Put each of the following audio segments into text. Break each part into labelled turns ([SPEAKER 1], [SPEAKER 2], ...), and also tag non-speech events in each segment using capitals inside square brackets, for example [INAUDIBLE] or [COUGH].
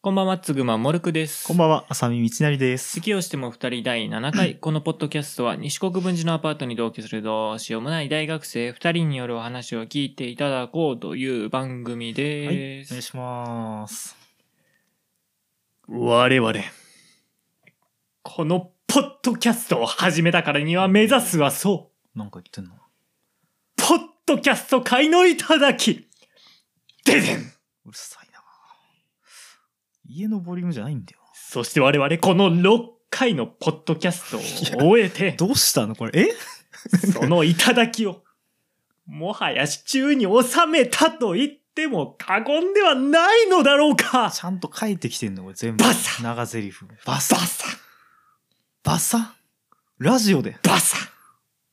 [SPEAKER 1] こんばんは、つぐまもるくです。
[SPEAKER 2] こんばんは、浅見道成です。
[SPEAKER 1] 好きをしても二人第7回。 [CLEARS THROAT] このポッドキャストは西国分寺のアパートに同居するどうしようもない大学生二人によるお話を聞いていただこうという番組
[SPEAKER 2] はい、
[SPEAKER 1] で
[SPEAKER 2] お願い
[SPEAKER 1] す。
[SPEAKER 2] します。
[SPEAKER 1] 我々、このポッドキャストを始めたからには目指すはそ
[SPEAKER 2] なんか言ってんの
[SPEAKER 1] う。ポッドキャスト界の頂き。ででん
[SPEAKER 2] うるさいな家のボリュームじゃないんだよ。
[SPEAKER 1] そして我々この6回のポッドキャストを終えて、 [LAUGHS]
[SPEAKER 2] どうしたのこれ。え
[SPEAKER 1] その頂きを、もはや支柱に収めたと言っても過言ではないのだろうか
[SPEAKER 2] ちゃんと書いてきてんのこれ全部。
[SPEAKER 1] バサ
[SPEAKER 2] 長ゼリフ。
[SPEAKER 1] バ
[SPEAKER 2] バサ
[SPEAKER 1] サ
[SPEAKER 2] バサラジオで。
[SPEAKER 1] バサ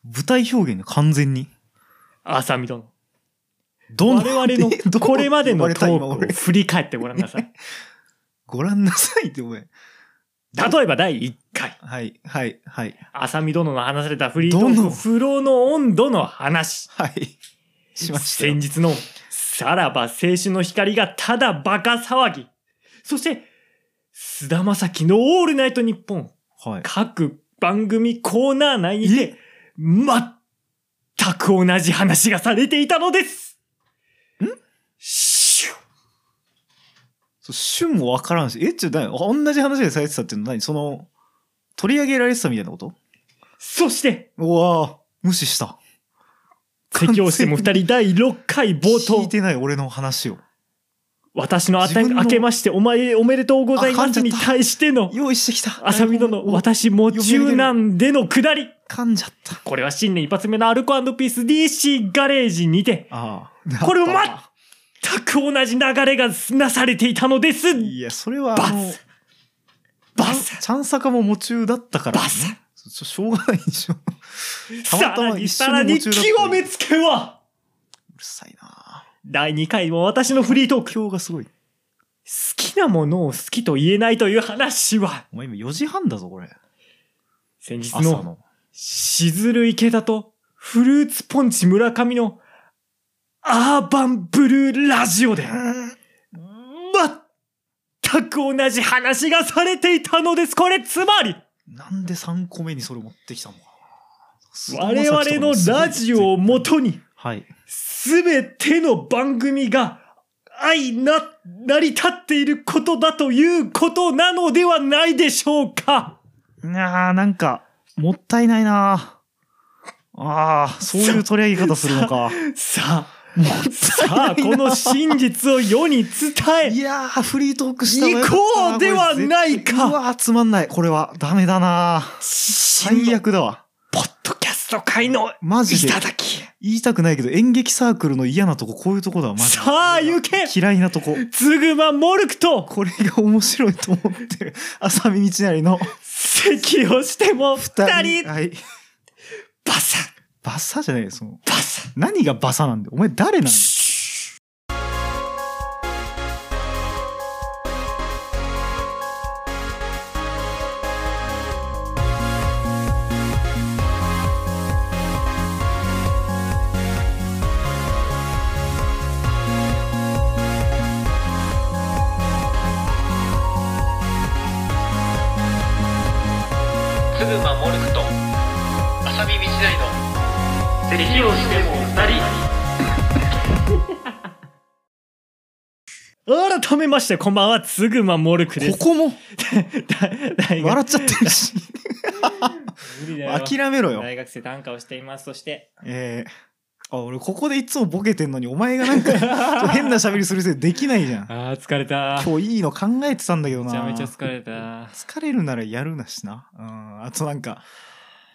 [SPEAKER 2] 舞台表現が完全に。
[SPEAKER 1] あさみ殿。
[SPEAKER 2] ど
[SPEAKER 1] 我々の
[SPEAKER 2] どう
[SPEAKER 1] これまでの
[SPEAKER 2] 呼ばれ
[SPEAKER 1] ト
[SPEAKER 2] た
[SPEAKER 1] ー
[SPEAKER 2] 今
[SPEAKER 1] クを
[SPEAKER 2] 俺
[SPEAKER 1] 振り返ってごらんなさ
[SPEAKER 2] [LAUGHS]
[SPEAKER 1] い。
[SPEAKER 2] ご覧なさいってお前。
[SPEAKER 1] 例えば第1回、
[SPEAKER 2] はい、はい、はい。
[SPEAKER 1] あさみ殿の話されたフリートーク
[SPEAKER 2] ど
[SPEAKER 1] の
[SPEAKER 2] の
[SPEAKER 1] 風呂の温度の話。
[SPEAKER 2] はい。しました
[SPEAKER 1] 先
[SPEAKER 2] よ。
[SPEAKER 1] 日のさらば青春の光がただバカ騒ぎ。そして、菅田将暉のオールナイトニッポン。
[SPEAKER 2] はい。
[SPEAKER 1] 各番組コーナー内にて、全く同じ話がされていたのです
[SPEAKER 2] ん
[SPEAKER 1] シュッ
[SPEAKER 2] そう旬もわからんし、え、ちょ、だよ。同じ話でされてたっていうの何その、取り上げられてたみたいなこと
[SPEAKER 1] そして、
[SPEAKER 2] うわぁ、無視した。
[SPEAKER 1] 説教しても二人第6回冒
[SPEAKER 2] 聞い
[SPEAKER 1] 頭、
[SPEAKER 2] てない俺の話を。
[SPEAKER 1] 私のあた
[SPEAKER 2] 自分の
[SPEAKER 1] 明けましてお前おめでとうございますに
[SPEAKER 2] あ噛んじゃった
[SPEAKER 1] 対しての、
[SPEAKER 2] 用意してきた。
[SPEAKER 1] あさみ殿、私も中なんでの下り。
[SPEAKER 2] 噛んじゃった。
[SPEAKER 1] これは新年一発目のアルコピース DC ガレージにて、
[SPEAKER 2] ああ。
[SPEAKER 1] [LAUGHS] これを
[SPEAKER 2] ま
[SPEAKER 1] 全く同じ流れがなされていたのです
[SPEAKER 2] いや、それは、
[SPEAKER 1] バ
[SPEAKER 2] あ
[SPEAKER 1] ス
[SPEAKER 2] の、
[SPEAKER 1] バサ
[SPEAKER 2] ちゃんさかも夢中だったから、
[SPEAKER 1] バス
[SPEAKER 2] そそしょうがないでしょ。
[SPEAKER 1] [LAUGHS]
[SPEAKER 2] た
[SPEAKER 1] さ
[SPEAKER 2] また
[SPEAKER 1] ら
[SPEAKER 2] ま
[SPEAKER 1] に
[SPEAKER 2] 一
[SPEAKER 1] さ
[SPEAKER 2] 緒
[SPEAKER 1] ら
[SPEAKER 2] に
[SPEAKER 1] に
[SPEAKER 2] 夢中だった
[SPEAKER 1] 極めつけは
[SPEAKER 2] うるさいな
[SPEAKER 1] 第2回も私のフリートーク好
[SPEAKER 2] 今日がすごい。
[SPEAKER 1] きなものを好きと言えないという話は
[SPEAKER 2] お前今4時半だぞ、これ。
[SPEAKER 1] 先日
[SPEAKER 2] 朝
[SPEAKER 1] の
[SPEAKER 2] の。
[SPEAKER 1] しずる池田とフルーツポンチ村上のアーバンブルーラジオで全く同じ話がされていたのですこれつまり
[SPEAKER 2] なんで3個目にそれ持ってきたのかな
[SPEAKER 1] 我々のラジオをもとに
[SPEAKER 2] はい。
[SPEAKER 1] すべての番組が愛な、成り立っていることだということなのではないでしょうか
[SPEAKER 2] なあ、なんか、もったいないなああ、そういう取り上げ方するの
[SPEAKER 1] [LAUGHS]
[SPEAKER 2] か。
[SPEAKER 1] さあ、
[SPEAKER 2] も
[SPEAKER 1] さあ、
[SPEAKER 2] ったいないな
[SPEAKER 1] この真実を世に伝
[SPEAKER 2] い
[SPEAKER 1] え、
[SPEAKER 2] やー、フリートークしたわよかった
[SPEAKER 1] 行こうではないか
[SPEAKER 2] これ絶対うわー、つまんない。これは、ダメだな最
[SPEAKER 1] 最
[SPEAKER 2] 悪だわ。
[SPEAKER 1] ポッドキャスト界の
[SPEAKER 2] マジで。
[SPEAKER 1] 頂き。
[SPEAKER 2] 言いたくないけど、演劇サークルの嫌なとこ、こういうとこだわ、マジで。
[SPEAKER 1] さあ、行け
[SPEAKER 2] 嫌いなとこ。
[SPEAKER 1] つぐまモルクと、
[SPEAKER 2] これが面白いと思って [LAUGHS] る。浅見道成の
[SPEAKER 1] 席をしても
[SPEAKER 2] 二人。
[SPEAKER 1] 二人、
[SPEAKER 2] はい。
[SPEAKER 1] バサ
[SPEAKER 2] バサじゃないよ、その。
[SPEAKER 1] バサ
[SPEAKER 2] 何がバサなんだよ。お前誰なんだよ。
[SPEAKER 3] つぐまモルクと浅見道大の咳をしても二人
[SPEAKER 1] 改めまして、こんばんは、つぐまモルクです。
[SPEAKER 2] ここも、
[SPEAKER 1] だ大学
[SPEAKER 2] 笑っちゃってるし。
[SPEAKER 1] 無理だよ
[SPEAKER 2] 諦めろよ。
[SPEAKER 1] 大学生短歌をしていますそして
[SPEAKER 2] えー、あ俺ここでいつもボケてんのにお前がなんかちょっと変な喋りするせいでできない
[SPEAKER 1] [LAUGHS]
[SPEAKER 2] じゃん
[SPEAKER 1] あー疲れた
[SPEAKER 2] 今日いいの考えてたんだけど
[SPEAKER 1] め
[SPEAKER 2] な
[SPEAKER 1] ちゃめちゃ疲れた
[SPEAKER 2] 疲れるならやるなしなうんあとなんか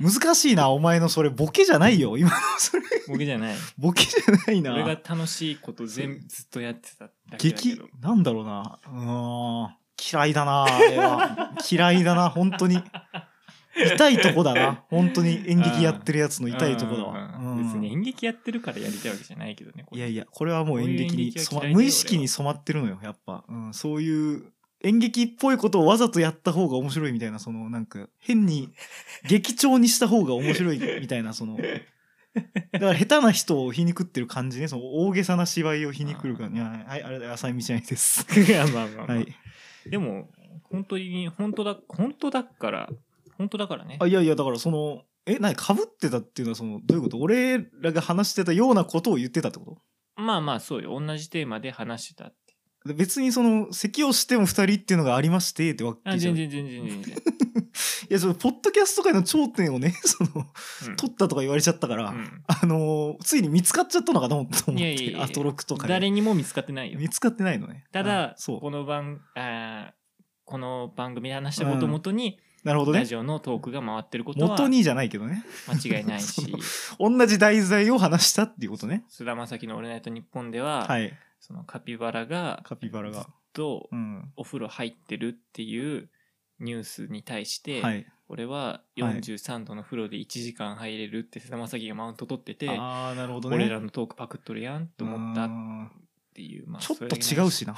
[SPEAKER 2] 難しいなお前のそれボケじゃないよ今 [LAUGHS] のそれ
[SPEAKER 1] 僕じゃない
[SPEAKER 2] ボケじゃない
[SPEAKER 1] 俺が
[SPEAKER 2] な
[SPEAKER 1] 楽しいこと全ずっとやってただけだけ
[SPEAKER 2] 激
[SPEAKER 1] ど
[SPEAKER 2] なんだろうなうん嫌いだなあれは嫌いだな本当に痛いとこだな本当に演劇やってるやつの痛いとこだわ
[SPEAKER 1] うん
[SPEAKER 2] うん
[SPEAKER 1] 別に演劇やってるからやりたいわけじゃないけどね
[SPEAKER 2] いやいや、これはもう演劇に染
[SPEAKER 1] こういう演劇は嫌い
[SPEAKER 2] ま
[SPEAKER 1] だよ
[SPEAKER 2] 無意識に染まってるのよ、やっぱ。うん、そういう演劇っぽいことをわざとやった方が面白いみたいな、そのなんか、変 [LAUGHS] に、劇調にした方が面白いみたいな、その、だから下手な人を皮肉ってる感じね、その大げさな芝居を皮肉る感じ。はい、あれだよ、浅井道成で
[SPEAKER 1] [LAUGHS]
[SPEAKER 2] す。
[SPEAKER 1] やまあまあまあ、
[SPEAKER 2] はい。
[SPEAKER 1] でも、本当に、本当だ、本当だから、本当だからね。
[SPEAKER 2] あいやいやだからそのえ何かぶってたっていうのはそのどういうこと俺らが話してたようなことを言ってたってこ
[SPEAKER 1] まあまあ、そうよ。同じテーマで話してたって。
[SPEAKER 2] とで別にその咳をしても2人っていうのがありましてってわけじゃ
[SPEAKER 1] あ、全
[SPEAKER 2] ん
[SPEAKER 1] 然全然全然。
[SPEAKER 2] いやそのポッドキャスト界の頂点をね [LAUGHS] その
[SPEAKER 1] うん
[SPEAKER 2] [LAUGHS] 取ったとか言われちゃったから、
[SPEAKER 1] うん
[SPEAKER 2] あのーついに見つかっちゃったのかと思って思っ
[SPEAKER 1] い
[SPEAKER 2] て
[SPEAKER 1] やいやいや
[SPEAKER 2] アトロクとかで
[SPEAKER 1] 誰にも見つかってないよ。
[SPEAKER 2] 見つかってないのね
[SPEAKER 1] た
[SPEAKER 2] あ
[SPEAKER 1] だ、
[SPEAKER 2] そ
[SPEAKER 1] この番、あーこの番組で話したことをもとに、
[SPEAKER 2] うなるほど
[SPEAKER 1] ラ
[SPEAKER 2] ね
[SPEAKER 1] ジオのトークが回ってることは
[SPEAKER 2] 元にじゃないけどね
[SPEAKER 1] 間違いない
[SPEAKER 2] [LAUGHS] そ
[SPEAKER 1] し
[SPEAKER 2] の、同じ題材を話したっていうことね
[SPEAKER 1] 菅田将暉の「オールナイトニッポン」では、
[SPEAKER 2] はい
[SPEAKER 1] そのカピバラが
[SPEAKER 2] カピバラ
[SPEAKER 1] ずっ
[SPEAKER 2] が
[SPEAKER 1] と
[SPEAKER 2] うん
[SPEAKER 1] お風呂入ってるっていうニュースに対して、
[SPEAKER 2] はい
[SPEAKER 1] 俺は43度の風呂で1時間入れるって菅田将暉がマウント取ってて、
[SPEAKER 2] ああなるほどね
[SPEAKER 1] 俺らのトークパクっとるやんと思った
[SPEAKER 2] う
[SPEAKER 1] っ
[SPEAKER 2] ん
[SPEAKER 1] ていう、まあ、
[SPEAKER 2] ちょっ
[SPEAKER 1] それ
[SPEAKER 2] と
[SPEAKER 1] だけ
[SPEAKER 2] 違
[SPEAKER 1] の
[SPEAKER 2] う
[SPEAKER 1] 話
[SPEAKER 2] し
[SPEAKER 1] [LAUGHS]
[SPEAKER 2] な
[SPEAKER 1] あ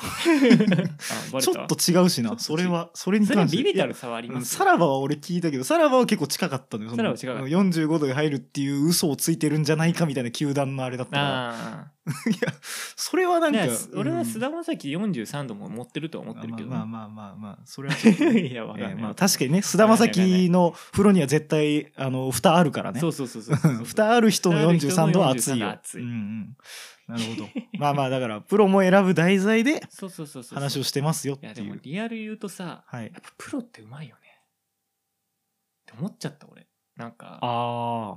[SPEAKER 1] バレ
[SPEAKER 2] ち
[SPEAKER 1] た
[SPEAKER 2] ょっと違うし
[SPEAKER 1] ちょっ
[SPEAKER 2] な
[SPEAKER 1] と違う
[SPEAKER 2] それはそれに
[SPEAKER 1] それ
[SPEAKER 2] 関
[SPEAKER 1] は
[SPEAKER 2] して
[SPEAKER 1] ビビたる
[SPEAKER 2] い
[SPEAKER 1] 差はあり
[SPEAKER 2] や
[SPEAKER 1] ます
[SPEAKER 2] さらばは俺聞いたけどさらばは結構近かったのよその
[SPEAKER 1] さらばは違
[SPEAKER 2] 45度で入るっていう嘘をついてるんじゃないかみたいな球団のあれだったから
[SPEAKER 1] あ
[SPEAKER 2] [LAUGHS] いやそれはな
[SPEAKER 1] あ
[SPEAKER 2] んか
[SPEAKER 1] だから俺は菅
[SPEAKER 2] 田
[SPEAKER 1] 田将暉43度も持ってるとは思ってるけどね、
[SPEAKER 2] まあまあまあまあまあそれはちょっとね
[SPEAKER 1] [LAUGHS] いやわかんない、
[SPEAKER 2] ええまあ確かにね菅田将暉の風呂には絶対あの蓋あるからね
[SPEAKER 1] そうそうそうそうそうそう
[SPEAKER 2] [LAUGHS] 蓋ある人の43度は熱い
[SPEAKER 1] 蓋
[SPEAKER 2] よ
[SPEAKER 1] ある人の43度は熱い
[SPEAKER 2] うんうん、なるほ
[SPEAKER 1] [LAUGHS]
[SPEAKER 2] どまあまあだからプロも選ぶ題材で
[SPEAKER 1] そうそうそうそう
[SPEAKER 2] 話を
[SPEAKER 1] し
[SPEAKER 2] してますよって
[SPEAKER 1] い
[SPEAKER 2] い
[SPEAKER 1] やでも
[SPEAKER 2] う
[SPEAKER 1] リアル言うとさ
[SPEAKER 2] はい
[SPEAKER 1] やっぱプロってうまいよねって思っちゃった俺なんか
[SPEAKER 2] あ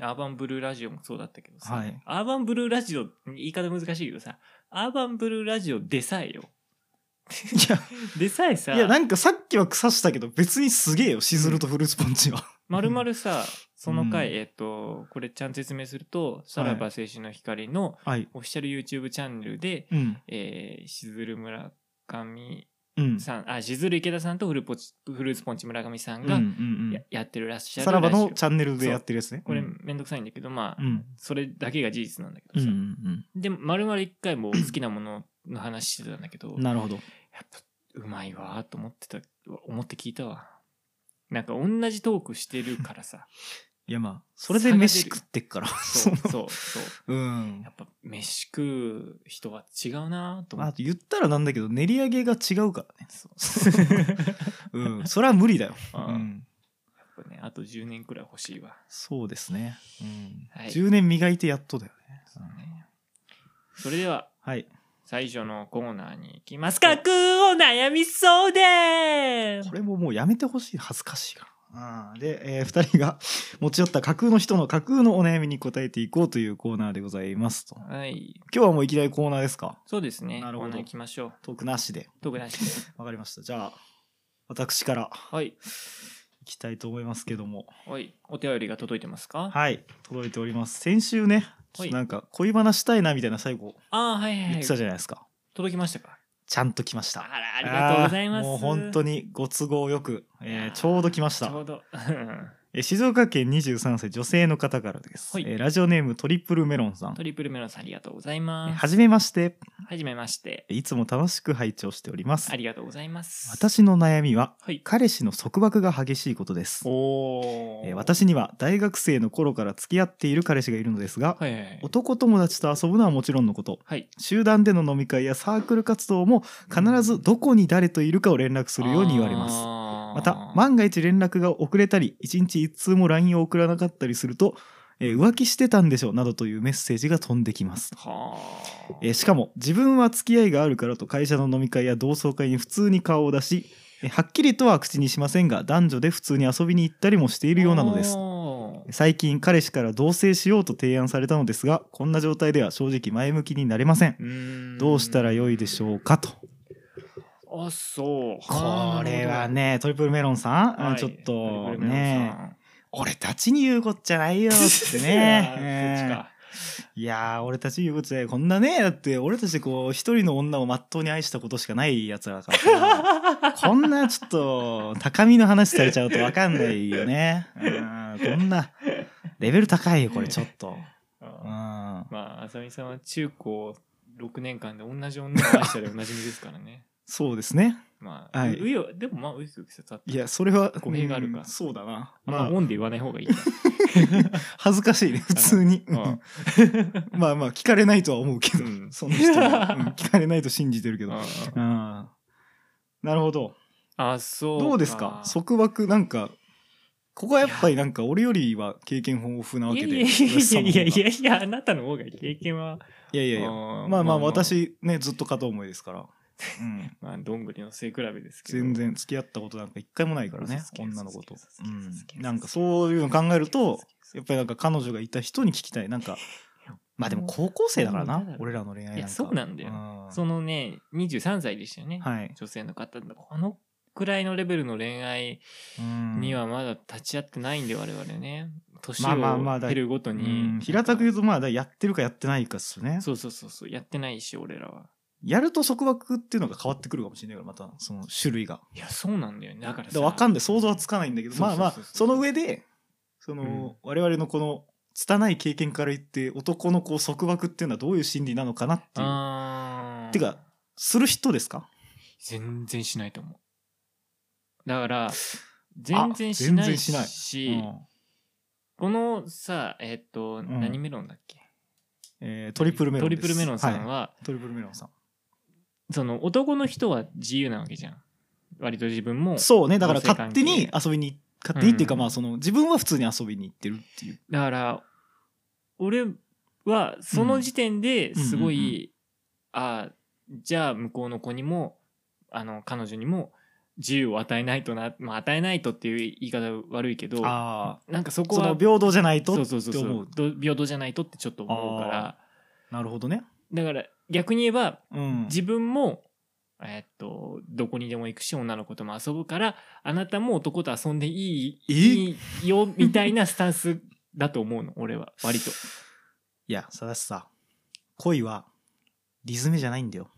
[SPEAKER 1] アーバンブルーラジオもそうだったけどさ、
[SPEAKER 2] はい
[SPEAKER 1] アーバンブルーラジオ言い方難しいけどさアーバンブルーラジオでさえよ
[SPEAKER 2] あ
[SPEAKER 1] でさえさ
[SPEAKER 2] いやいやなんかさっきは腐したけど別にすげえよしずるとフルーツポンチ
[SPEAKER 1] [LAUGHS]
[SPEAKER 2] は、
[SPEAKER 1] まるまるさその回、
[SPEAKER 2] うん
[SPEAKER 1] えっとこれちゃんと説明すると「さらば青春の光」の
[SPEAKER 2] はい
[SPEAKER 1] オフィシャル YouTube チャンネルで、
[SPEAKER 2] うん
[SPEAKER 1] えーしずる村上
[SPEAKER 2] うん
[SPEAKER 1] さんあしずる池田さんとフルポチフルーツポンチ村上さんが
[SPEAKER 2] う
[SPEAKER 1] や,、
[SPEAKER 2] んうんうん
[SPEAKER 1] ってるらっしゃる
[SPEAKER 2] さらばの
[SPEAKER 1] ラジオ
[SPEAKER 2] チャンネルでやってるやつね
[SPEAKER 1] これ
[SPEAKER 2] うん
[SPEAKER 1] めんどくさいんだけどまあ、
[SPEAKER 2] うん
[SPEAKER 1] それだけが事実なんだけ
[SPEAKER 2] う
[SPEAKER 1] ど
[SPEAKER 2] ん
[SPEAKER 1] さ、
[SPEAKER 2] うん
[SPEAKER 1] でまるまる一回も好きなものの話してたんだけど
[SPEAKER 2] うんなるほど
[SPEAKER 1] やっぱうまいわーと思ってた思って聞いたわなんか同じトークしてるからさ
[SPEAKER 2] いやまあそれで飯食ってっから
[SPEAKER 1] そう
[SPEAKER 2] [LAUGHS] その
[SPEAKER 1] そうそう
[SPEAKER 2] うん
[SPEAKER 1] やっぱ飯食う人は違うなーと
[SPEAKER 2] まあ
[SPEAKER 1] 思
[SPEAKER 2] あ
[SPEAKER 1] って、
[SPEAKER 2] と言ったらなんだけど練り上げが違うからねうんそれは無理だよ、
[SPEAKER 1] [LAUGHS]
[SPEAKER 2] う
[SPEAKER 1] ああ
[SPEAKER 2] ん、
[SPEAKER 1] やっぱねあと10年くらい欲しいわ
[SPEAKER 2] そうですね、うん
[SPEAKER 1] はい
[SPEAKER 2] 10年磨いてやっとだよね、うん
[SPEAKER 1] ねそれでは
[SPEAKER 2] はい
[SPEAKER 1] 最初のコーナーに行きます架空お悩み相談
[SPEAKER 2] これももうやめてほしい恥ずかしいからうんで、えー、2人が持ち寄った架空の人の架空のお悩みに答えていこうというコーナーでございますと
[SPEAKER 1] はい
[SPEAKER 2] 今日はもういきなりコーナーですか
[SPEAKER 1] そうですね
[SPEAKER 2] なる
[SPEAKER 1] コ
[SPEAKER 2] ほ
[SPEAKER 1] ー
[SPEAKER 2] ど
[SPEAKER 1] ナー行きましょう
[SPEAKER 2] トークなしで
[SPEAKER 1] 特になしで
[SPEAKER 2] わかりましたじゃあ私から
[SPEAKER 1] はい
[SPEAKER 2] いきたいと思いますけども
[SPEAKER 1] はいお手りが届いてますか
[SPEAKER 2] はい届いております先週ねちょ
[SPEAKER 1] は
[SPEAKER 2] っ
[SPEAKER 1] い
[SPEAKER 2] となんか恋バナしたいなみたいな最後
[SPEAKER 1] ああはいはい
[SPEAKER 2] 言
[SPEAKER 1] は
[SPEAKER 2] っ
[SPEAKER 1] い
[SPEAKER 2] てたじゃないですか
[SPEAKER 1] 届きましたか
[SPEAKER 2] ちゃんと来まし
[SPEAKER 1] あ
[SPEAKER 2] た
[SPEAKER 1] らありがとうございます
[SPEAKER 2] あーもう本当
[SPEAKER 1] に
[SPEAKER 2] にご都合よく、えー
[SPEAKER 1] いやー
[SPEAKER 2] ちょうど来まし
[SPEAKER 1] ち
[SPEAKER 2] た
[SPEAKER 1] ょうど [LAUGHS] うん
[SPEAKER 2] えー静岡県23歳女性の方からです、
[SPEAKER 1] はい
[SPEAKER 2] えーラジオネームトリプルメロンさん
[SPEAKER 1] トリプルメロンさんありがとうござい
[SPEAKER 2] えー
[SPEAKER 1] ます
[SPEAKER 2] はじめまして
[SPEAKER 1] はじめまして
[SPEAKER 2] いつも楽しく拝聴しております
[SPEAKER 1] ありがとうございます
[SPEAKER 2] 私の悩みは
[SPEAKER 1] はい
[SPEAKER 2] 彼氏の束縛が激しいことです、
[SPEAKER 1] お
[SPEAKER 2] えー私には大学生の頃から付き合っている彼氏がいるのですが、
[SPEAKER 1] はいはいはい
[SPEAKER 2] 男友達と遊ぶのはもちろんのこと
[SPEAKER 1] はい
[SPEAKER 2] 集団での飲み会やサークル活動も必ずどこに誰といるかを連絡するように言われます
[SPEAKER 1] ま
[SPEAKER 2] また万が一連絡が遅れたり一日一通も LINE を送らなかったりすると、えー浮気してたんでしょなどというメッセージが飛んできます、
[SPEAKER 1] はあ
[SPEAKER 2] えーしかも自分は付き合いがあるからと会社の飲み会や同窓会に普通に顔を出しえーはっきりとは口にしませんが男女で普通に遊びに行ったりもしてい
[SPEAKER 1] い
[SPEAKER 2] るようなのです
[SPEAKER 1] は
[SPEAKER 2] 最近彼氏から同棲しようと提案されたのですがこんな状態では正直前向きになれませんどうしたら良いでしょうかと
[SPEAKER 1] あそう
[SPEAKER 2] これはねトリプルメロンさん、
[SPEAKER 1] は
[SPEAKER 2] うん
[SPEAKER 1] い
[SPEAKER 2] ちょっ
[SPEAKER 1] ト
[SPEAKER 2] と
[SPEAKER 1] リプルメロン
[SPEAKER 2] ね
[SPEAKER 1] さん。
[SPEAKER 2] 俺たちに言うこっちゃないよってね
[SPEAKER 1] いやーそっちか
[SPEAKER 2] うんいやー、俺たちに言うこっちゃない。こんなね、だって俺たちこう、一人の女をまっとうに愛したことしかない奴らだからさ
[SPEAKER 1] [LAUGHS]
[SPEAKER 2] こんなちょっと、高みの話されちゃうとわかんないよね。うんこんな、レベル高いよ、これちょっと。うん。
[SPEAKER 1] ま
[SPEAKER 2] まあ
[SPEAKER 1] あ、あさみさんは中高6年間で同じ女を愛したでおなじみですからね。
[SPEAKER 2] そうですね。
[SPEAKER 1] まあ、
[SPEAKER 2] はい
[SPEAKER 1] い、よでもまあ、うよ曲折あっ
[SPEAKER 2] いや、それは、
[SPEAKER 1] 語弊があるか
[SPEAKER 2] うんそうだな。
[SPEAKER 1] た。ま
[SPEAKER 2] ま
[SPEAKER 1] あ、
[SPEAKER 2] あ、
[SPEAKER 1] オンで言わない方がいい。
[SPEAKER 2] 恥ずかしいね、普通に。
[SPEAKER 1] ああ
[SPEAKER 2] うん [LAUGHS] まあまあ、聞かれないとは思うけど
[SPEAKER 1] う、ん [LAUGHS]
[SPEAKER 2] その人は、うん聞かれないと信じてるけど。
[SPEAKER 1] ああ
[SPEAKER 2] あなるほど。
[SPEAKER 1] あ、そう
[SPEAKER 2] どうですか束縛なんか、ここはやっぱりなんか俺よりは経験豊富なわ
[SPEAKER 1] い
[SPEAKER 2] け
[SPEAKER 1] や
[SPEAKER 2] で。
[SPEAKER 1] いやいやいやい
[SPEAKER 2] い
[SPEAKER 1] やいや、あなたの方が経験は。
[SPEAKER 2] やいやいや。
[SPEAKER 1] ー
[SPEAKER 2] まあまあ私ね、ずっと片思いですから。
[SPEAKER 1] [LAUGHS]
[SPEAKER 2] うん。
[SPEAKER 1] まあ、どんぐりの背比べですけど。
[SPEAKER 2] 全。然付き合ったことなんか一回もないからね
[SPEAKER 1] 嘘つ、け
[SPEAKER 2] 女の子と
[SPEAKER 1] 嘘つ。け嘘つけ
[SPEAKER 2] うん。なんかそういうの考えると、やっぱりなんか彼女がいた人に聞きたい。なんか、まあでも高校生だから
[SPEAKER 1] もう
[SPEAKER 2] な、俺らの恋愛なんか。
[SPEAKER 1] いやそうなんだよ
[SPEAKER 2] うん
[SPEAKER 1] そのね、23歳でしたよね。
[SPEAKER 2] はい。
[SPEAKER 1] 女性の方、このくらいのレベルの恋愛
[SPEAKER 2] うん
[SPEAKER 1] にはまだ立ち会ってないんで、我々ね。年
[SPEAKER 2] まあまあまあ
[SPEAKER 1] を
[SPEAKER 2] だ
[SPEAKER 1] 経るごと
[SPEAKER 2] うん
[SPEAKER 1] に。
[SPEAKER 2] 平たく言うとまあだからやってるかやってないかっすね
[SPEAKER 1] そうそうそうそう、やってないし、俺らは。
[SPEAKER 2] やると束縛っていうのが変わってくるかもしれないからまたその種類が
[SPEAKER 1] いや、そうなんだよね。だから
[SPEAKER 2] で
[SPEAKER 1] さ。
[SPEAKER 2] わかんない想像はつかないんだけど
[SPEAKER 1] そう
[SPEAKER 2] ま
[SPEAKER 1] そう
[SPEAKER 2] あ
[SPEAKER 1] そうそ
[SPEAKER 2] まあ
[SPEAKER 1] う
[SPEAKER 2] その上でそ
[SPEAKER 1] うん
[SPEAKER 2] の我々のこの拙い経験から言って男のこう束縛っていうのはどういう心理なのかなっていう
[SPEAKER 1] あー
[SPEAKER 2] てかする人ですか
[SPEAKER 1] 全然しないと思う。だから、全然しない
[SPEAKER 2] 全然
[SPEAKER 1] し、
[SPEAKER 2] しないうん
[SPEAKER 1] このさ、えっと、
[SPEAKER 2] ん
[SPEAKER 1] 何メロンだっけ
[SPEAKER 2] えートリプルメロ
[SPEAKER 1] ト
[SPEAKER 2] ン
[SPEAKER 1] リ
[SPEAKER 2] です
[SPEAKER 1] プルメロンさん
[SPEAKER 2] は
[SPEAKER 1] は、
[SPEAKER 2] いトリプルメロンさん
[SPEAKER 1] その男の人は自由なわけじゃん。割と自分も。
[SPEAKER 2] そうねだから
[SPEAKER 1] 同性関係
[SPEAKER 2] 勝手に遊びに勝手にっていうか
[SPEAKER 1] うん
[SPEAKER 2] まあその自分は普通に遊びに行ってるっていう
[SPEAKER 1] だから、俺はその時点ですごい、ああ、じゃあ向こうの子にも、あの、彼女にも自由を与えないとな、まあ与えないとっていう言い方悪いけど、
[SPEAKER 2] ああ
[SPEAKER 1] なんかそこ
[SPEAKER 2] そ
[SPEAKER 1] は
[SPEAKER 2] の、平等じゃないと
[SPEAKER 1] そう
[SPEAKER 2] って
[SPEAKER 1] そうそうそ
[SPEAKER 2] 思
[SPEAKER 1] う
[SPEAKER 2] う
[SPEAKER 1] ど平等じゃないとってちょっと思うから、
[SPEAKER 2] なるほどね
[SPEAKER 1] だから逆に言えば、
[SPEAKER 2] うん
[SPEAKER 1] 自分も、えーっと、どこにでも行くし、女の子とも遊ぶから、あなたも男と遊んでいい
[SPEAKER 2] え
[SPEAKER 1] いいよ、みたいなスタンスだと思うの、 [LAUGHS] 俺は、
[SPEAKER 2] [LAUGHS]
[SPEAKER 1] 割と。
[SPEAKER 2] いや、さだしさ、恋は、リズムじゃないんだよ。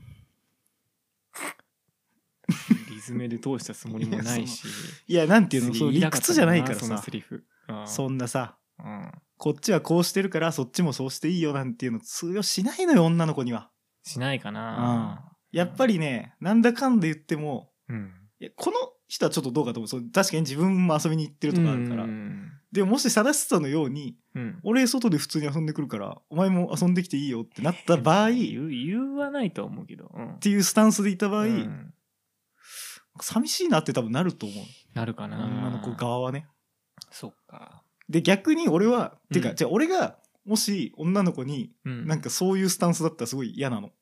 [SPEAKER 1] リズムで通したつもりもないし。
[SPEAKER 2] いや、なんていうの、
[SPEAKER 1] す
[SPEAKER 2] そ
[SPEAKER 1] げえ
[SPEAKER 2] う
[SPEAKER 1] 言
[SPEAKER 2] 理
[SPEAKER 1] いたった
[SPEAKER 2] 屈
[SPEAKER 1] ん
[SPEAKER 2] じゃ
[SPEAKER 1] だ
[SPEAKER 2] ないから
[SPEAKER 1] その
[SPEAKER 2] さ、
[SPEAKER 1] セリフ。うん
[SPEAKER 2] そんなさ、
[SPEAKER 1] うん
[SPEAKER 2] こっちはこうしてるから、そっちもそうしていいよなんていうの通用しないのよ、女の子には。
[SPEAKER 1] しないかな。
[SPEAKER 2] やっぱりね、なんだかんだ言っても、
[SPEAKER 1] うん。
[SPEAKER 2] いやこの人はちょっとどうかと思うそう。確かに自分も遊びに行ってるとかあるから。
[SPEAKER 1] うん
[SPEAKER 2] でも、もしさだしさのように、
[SPEAKER 1] うん。
[SPEAKER 2] 俺、外で普通に遊んでくるから、お前も遊んできていいよってなった場合、っ
[SPEAKER 1] 言う言わないとは思うけど。うん
[SPEAKER 2] ていうスタンスでいた場合、
[SPEAKER 1] うん
[SPEAKER 2] 寂しいなって多分なると思う。
[SPEAKER 1] なるかな。
[SPEAKER 2] 女の子側はね。
[SPEAKER 1] そっか。
[SPEAKER 2] で逆に俺は、て
[SPEAKER 1] う
[SPEAKER 2] か
[SPEAKER 1] ん
[SPEAKER 2] じゃあ俺がもし女の子に
[SPEAKER 1] うん
[SPEAKER 2] なんかそういうスタンスだったらすごい嫌なの、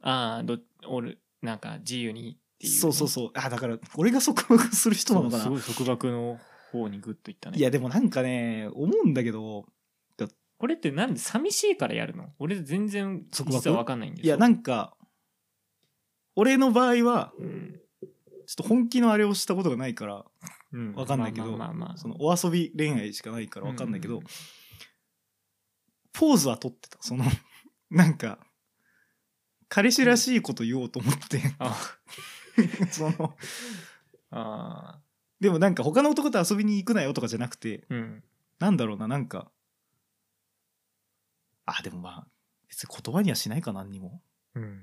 [SPEAKER 1] ああ、ど、おる、なんか自由にっていうね、
[SPEAKER 2] そうそうそうあだから俺が束縛する人なのか
[SPEAKER 1] す
[SPEAKER 2] な
[SPEAKER 1] ごい束縛の方にグッといったね。
[SPEAKER 2] いやでもなんかね思うんだけど
[SPEAKER 1] これってなんで寂しいからやるの俺全然
[SPEAKER 2] 束縛
[SPEAKER 1] 実はわかんないんです
[SPEAKER 2] いやなんか俺の場合は
[SPEAKER 1] うん、
[SPEAKER 2] ちょっと本気のあれをしたことがないから
[SPEAKER 1] うん
[SPEAKER 2] わかんないけ
[SPEAKER 1] まあ
[SPEAKER 2] ど
[SPEAKER 1] まあまあまあ
[SPEAKER 2] そのお遊び恋愛しかないからわかんないけど、
[SPEAKER 1] うん
[SPEAKER 2] ポーズは取ってたその [LAUGHS] なんか彼氏らしいこと言おうと思って、
[SPEAKER 1] あ
[SPEAKER 2] [LAUGHS] その
[SPEAKER 1] あ
[SPEAKER 2] でもなんか他の男と遊びに行くなよとかじゃなくて、
[SPEAKER 1] ーうん
[SPEAKER 2] なんだろうな、なんか。あ、でもまあ、別に言葉にはしないか、何にも。
[SPEAKER 1] うん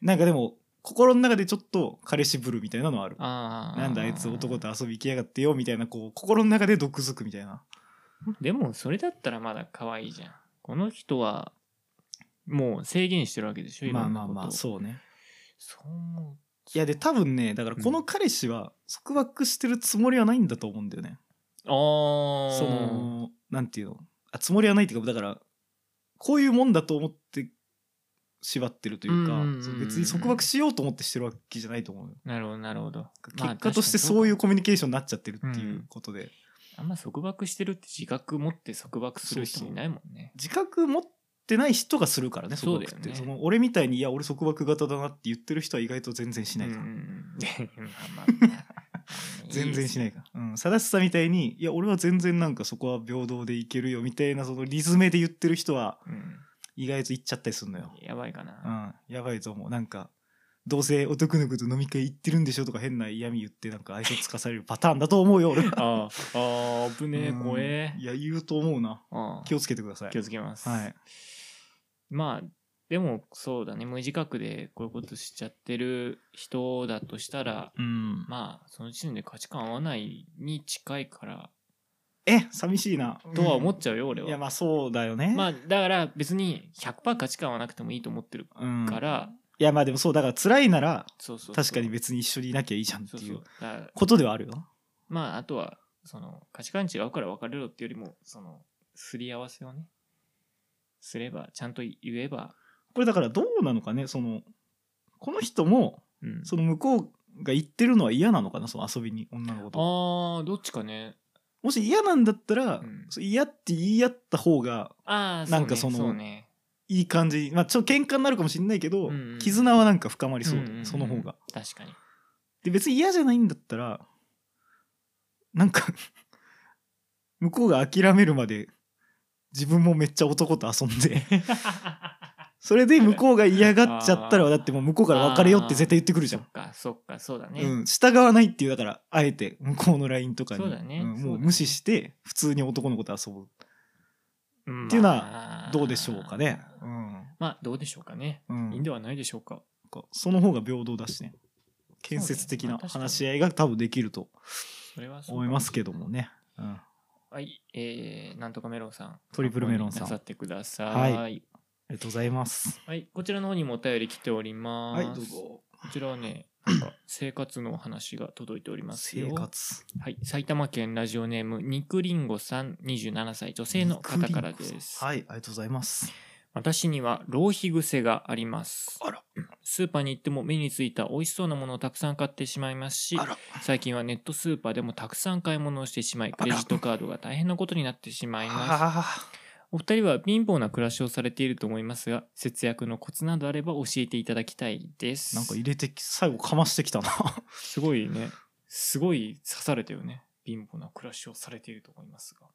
[SPEAKER 2] なんかでも、心の中でちょっと彼氏ぶるみたいなのはある。
[SPEAKER 1] ああ
[SPEAKER 2] なんだあいつ男と遊び行きやがってよ、みたいな、こう、心の中で毒づくみたいな。
[SPEAKER 1] でもそれだったらまだ可愛いじゃんこの人はもう制限してるわけでしょいろん
[SPEAKER 2] ま
[SPEAKER 1] な
[SPEAKER 2] あまあ
[SPEAKER 1] こと
[SPEAKER 2] まあ、そうね。
[SPEAKER 1] そう思う
[SPEAKER 2] いや、で、多分ね、だからこ
[SPEAKER 1] う
[SPEAKER 2] の彼氏は束縛してるつもりはないんだと思うんだよね。
[SPEAKER 1] ああ
[SPEAKER 2] その、なんていうの。あ、つもりはないっていうか、だから、こういうもんだと思って縛ってるというか
[SPEAKER 1] うんうんうんうん、
[SPEAKER 2] その別に束縛しようと思ってしてるわけじゃないと思うよ。
[SPEAKER 1] なるほどなるほど
[SPEAKER 2] 結果としてそうい
[SPEAKER 1] ま
[SPEAKER 2] う
[SPEAKER 1] あ確かに
[SPEAKER 2] コミュニケーションになっちゃってるっていうことで、
[SPEAKER 1] そうかあんま束縛してるって自覚持って束縛する人いないもんね
[SPEAKER 2] 自覚持ってない人がするからね束
[SPEAKER 1] そう
[SPEAKER 2] 縛
[SPEAKER 1] だ
[SPEAKER 2] っ
[SPEAKER 1] よね
[SPEAKER 2] てそ、の俺みたいにいや俺束縛型だなって言ってる人は意外と全然しないから、
[SPEAKER 1] うんうんうんまあまあまあ [LAUGHS]
[SPEAKER 2] [LAUGHS] 全然しないいからうん正しさみたいにいや俺は全然なんかそこは平等でいけるよみたいなそのリズムで言ってる人は
[SPEAKER 1] ですね、
[SPEAKER 2] 意外と言っちゃったりするのよ、
[SPEAKER 1] うん、やばいか
[SPEAKER 2] う
[SPEAKER 1] な、
[SPEAKER 2] ん、やばいと思うなんかどうせ男の子と飲み会行ってるんでしょとか変な嫌味言ってなんか愛想つかされるパターンだと思うよ俺は
[SPEAKER 1] ああああぶねえ
[SPEAKER 2] うん
[SPEAKER 1] 怖え
[SPEAKER 2] [LAUGHS] いや言うと思うな
[SPEAKER 1] ああ
[SPEAKER 2] 気をつけてください
[SPEAKER 1] 気をつけます、
[SPEAKER 2] はい、
[SPEAKER 1] まあでもそうだね無自覚でこういうことしちゃってる人だとしたら
[SPEAKER 2] うん
[SPEAKER 1] まあその時点で価値観合わないに近いから
[SPEAKER 2] え寂しいな
[SPEAKER 1] とは思っ
[SPEAKER 2] ち
[SPEAKER 1] ちゃうよ俺
[SPEAKER 2] いや
[SPEAKER 1] は、
[SPEAKER 2] まあそうだよね
[SPEAKER 1] まあだから別に100%価値観はなくてもいいと思ってる
[SPEAKER 2] うん
[SPEAKER 1] から、
[SPEAKER 2] いやまあでもそうだから辛いなら
[SPEAKER 1] そうそうそう
[SPEAKER 2] 確かに別に一緒にいなきゃいいじゃんって
[SPEAKER 1] そう
[SPEAKER 2] い
[SPEAKER 1] そううだから
[SPEAKER 2] ことではあるよ
[SPEAKER 1] まああとはその価値観違うから別れろっていうよりもそのすり合わせをねすればちゃんと言えば、
[SPEAKER 2] これだからどうなのかねそのこの人も
[SPEAKER 1] うん、
[SPEAKER 2] その向こうが言ってるのは嫌なのかなその遊びに女の子と
[SPEAKER 1] あーどっちかね
[SPEAKER 2] もし嫌なんだったら、
[SPEAKER 1] うん
[SPEAKER 2] そう嫌って言い合った方が
[SPEAKER 1] ああ
[SPEAKER 2] なんかその
[SPEAKER 1] そうね
[SPEAKER 2] いい感じにまあちょっと喧嘩になるかもしれないけど、
[SPEAKER 1] うんうん
[SPEAKER 2] 絆はなんか深まりそう、
[SPEAKER 1] んんん
[SPEAKER 2] その方が
[SPEAKER 1] 確かに
[SPEAKER 2] で別に嫌じゃないんだったらなんか [LAUGHS] 向こうが諦めるまで自分もめっちゃ男と遊んで [LAUGHS] それで向こうが嫌がっちゃったら
[SPEAKER 1] あー
[SPEAKER 2] だってもう向こうから別れよって絶対言ってくるじゃん
[SPEAKER 1] そ、っかそっかそうだね、
[SPEAKER 2] うん、従わないっていうだからあえて向こうの LINE とかに
[SPEAKER 1] そうだね
[SPEAKER 2] ん
[SPEAKER 1] そう
[SPEAKER 2] も
[SPEAKER 1] だ
[SPEAKER 2] う
[SPEAKER 1] ね
[SPEAKER 2] 無視して普通に男の子と遊ぶ
[SPEAKER 1] っ
[SPEAKER 2] っていうのはどうでしょうかね、
[SPEAKER 1] まあどうでしょうかね、
[SPEAKER 2] うん
[SPEAKER 1] いいんではないでしょうか
[SPEAKER 2] かその方が平等だしね建設的
[SPEAKER 1] ま
[SPEAKER 2] な
[SPEAKER 1] あ確かに
[SPEAKER 2] 話し合いが多分できると
[SPEAKER 1] それはそうか
[SPEAKER 2] 思いますけどもね、うん、あ
[SPEAKER 1] はいえー、なんとかメロンさん
[SPEAKER 2] トリプルメロンさ
[SPEAKER 1] 参考
[SPEAKER 2] ん
[SPEAKER 1] になさってください
[SPEAKER 2] は
[SPEAKER 1] はい、
[SPEAKER 2] りがとうございます
[SPEAKER 1] こちらの方にもお便り来ております
[SPEAKER 2] はいどうぞ
[SPEAKER 1] こちらはねなんか生活のお話が届いておりますよ
[SPEAKER 2] 生活
[SPEAKER 1] はい埼玉県ラジオネーム肉りんごさん27歳女性の方からです
[SPEAKER 2] はいありがとうございます
[SPEAKER 1] 私には浪費癖があります
[SPEAKER 2] あら
[SPEAKER 1] スーパーに行っても目についた美味しそうなものをたくさん買ってしまいますし
[SPEAKER 2] あら
[SPEAKER 1] 最近はネットスーパーでもたくさん買い物をしてしまいクレジットカードが大変なことになってしまいます
[SPEAKER 2] あ
[SPEAKER 1] お二人は貧乏な暮らしをされていると思いますが節約のコツなどあれば教えていただきたいです
[SPEAKER 2] なんか入れてき最後かましてき [LAUGHS] たな
[SPEAKER 1] すごいねすごい刺されたよね貧乏な暮らしをされていると思いますが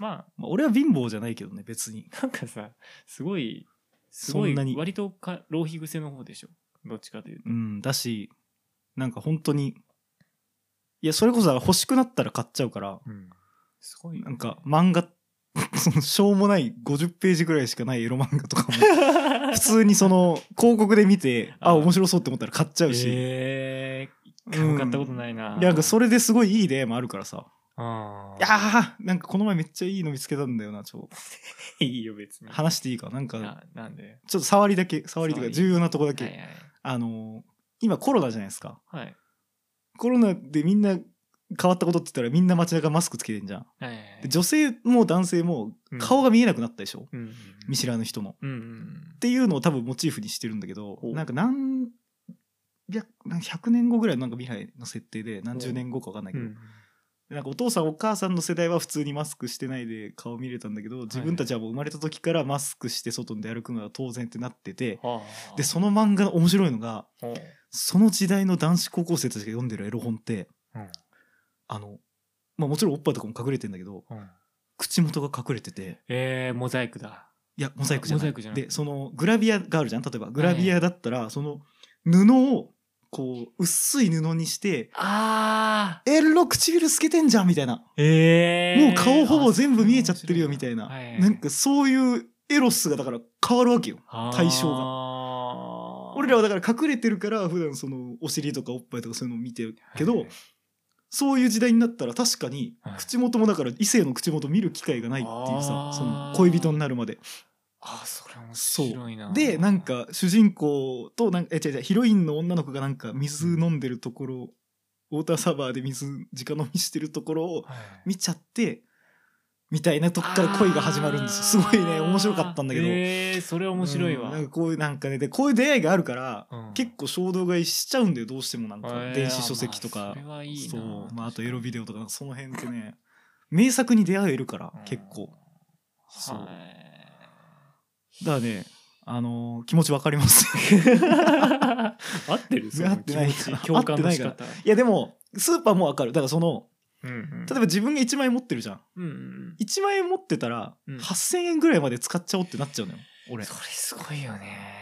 [SPEAKER 1] ま
[SPEAKER 2] まあ俺は貧乏じゃないけどね別に
[SPEAKER 1] あなんかさすごいす
[SPEAKER 2] そ
[SPEAKER 1] ご
[SPEAKER 2] ん
[SPEAKER 1] い
[SPEAKER 2] なに
[SPEAKER 1] 割とか浪費癖の方でしょどっちかというと
[SPEAKER 2] うんだしなんか本当にいやそれこそだから欲しくなったら買っちゃうから
[SPEAKER 1] すごいよ
[SPEAKER 2] なん
[SPEAKER 1] [LAUGHS]
[SPEAKER 2] か漫画 [LAUGHS] そのしょうもない50ページぐらいしかないエロ漫画とかも
[SPEAKER 1] [LAUGHS]
[SPEAKER 2] 普通にその広告で見てあ
[SPEAKER 1] あー
[SPEAKER 2] 面白そうって思ったら買っちゃうし、
[SPEAKER 1] えー、一回も買ったことないな、
[SPEAKER 2] いやなんかそれですごいいい出会いもあるからさ
[SPEAKER 1] あ
[SPEAKER 2] いやーなんかこの前めっちゃいいの見つけたんだよなちょ
[SPEAKER 1] ーいいよ別に
[SPEAKER 2] 話していいかなんか
[SPEAKER 1] ななんで
[SPEAKER 2] ちょっと触りだけ触りというか
[SPEAKER 1] 触り
[SPEAKER 2] 重要なとこだ
[SPEAKER 1] はいは
[SPEAKER 2] け
[SPEAKER 1] い
[SPEAKER 2] あのー今コロナじゃないですか
[SPEAKER 1] はい
[SPEAKER 2] コロナでみんな変わったことって言ったらみんな街中マスクつけてんじゃん
[SPEAKER 1] はいはいは
[SPEAKER 2] で
[SPEAKER 1] い
[SPEAKER 2] 女性も男性も
[SPEAKER 1] うん
[SPEAKER 2] 顔が見えなくなったでしょ、
[SPEAKER 1] うんうん
[SPEAKER 2] 見知らぬ人の
[SPEAKER 1] うんうん
[SPEAKER 2] っていうのを多分モチーフにしてるんだけど
[SPEAKER 1] ほう
[SPEAKER 2] なんか何百なんか100年後ぐらいのなんか未来の設定で何十年後か分かんないけ
[SPEAKER 1] うん
[SPEAKER 2] ど、なんかお父さんお母さんの世代は普通にマスクしてないで顔見れたんだけど自分たちはもう生まれた時からマスクして外に出歩くのは当然ってなってて、
[SPEAKER 1] はあ
[SPEAKER 2] でその漫画の面白いのが
[SPEAKER 1] ほう
[SPEAKER 2] その時代の男子高校生たちが読んでるエロ本って、
[SPEAKER 1] うん
[SPEAKER 2] あの、まあ、もちろんおっぱいとかも隠れてんだけど
[SPEAKER 1] うん
[SPEAKER 2] 口元が隠れてて
[SPEAKER 1] えー、モザイクだ
[SPEAKER 2] いやモザイクじゃな
[SPEAKER 1] モ
[SPEAKER 2] い
[SPEAKER 1] ザイクじゃない
[SPEAKER 2] でそのグラビアがあるじゃん例えばグラビアだったらその布をこう薄い布にして
[SPEAKER 1] あ
[SPEAKER 2] 「エロ唇透けてんじゃん」みたいな。
[SPEAKER 1] ーえー、
[SPEAKER 2] もう顔ほぼ全部見えちゃってるよみたいな、なんかそういうエロスがだから変わるわけよ対象が
[SPEAKER 1] が
[SPEAKER 2] 俺らはだから隠れてるから普段そのお尻とかおっぱいとかそういうのを見てるけど、そういう時代になったら確かに
[SPEAKER 1] はい
[SPEAKER 2] 口元もだから異性の口元見る機会がないっていうさ
[SPEAKER 1] あー
[SPEAKER 2] その恋人になるまで
[SPEAKER 1] あーそれ面白いな
[SPEAKER 2] でなんか主人公となんかえ違う違うヒロインの女の子がなんか水飲んでるところウォーターサーバーで水直飲みしてるところを
[SPEAKER 1] はい
[SPEAKER 2] 見ちゃってみたいなとこから恋が始まるんですよすごいね面白かったんだけど、
[SPEAKER 1] えー、それ面白いわ、
[SPEAKER 2] うんなんかこういうなんかねでこういう出会いがあるから、
[SPEAKER 1] うん
[SPEAKER 2] 結構衝動買いしちゃうんだよどうしてもなんか、
[SPEAKER 1] えー
[SPEAKER 2] 電子書籍とか
[SPEAKER 1] まあ、それはいいな
[SPEAKER 2] そうまああとエロビデオとかなんかその辺ってね名作に出会えるから
[SPEAKER 1] うん
[SPEAKER 2] 結構、そう [LAUGHS]
[SPEAKER 1] は
[SPEAKER 2] だからねあのー気持ちわかります
[SPEAKER 1] [LAUGHS] い合ってるその
[SPEAKER 2] 合ってない
[SPEAKER 1] 気持ち共感の仕
[SPEAKER 2] 合っ
[SPEAKER 1] 方
[SPEAKER 2] いやでもスーパーもわかるだからその
[SPEAKER 1] うんうん
[SPEAKER 2] 例えば自分が1万円持ってるじゃん
[SPEAKER 1] うんうん
[SPEAKER 2] 1万円持ってたら、
[SPEAKER 1] うん
[SPEAKER 2] 8,000円ぐらいまで使っちゃおうってなっちゃうのよ
[SPEAKER 1] う
[SPEAKER 2] 俺
[SPEAKER 1] んそれすごいよね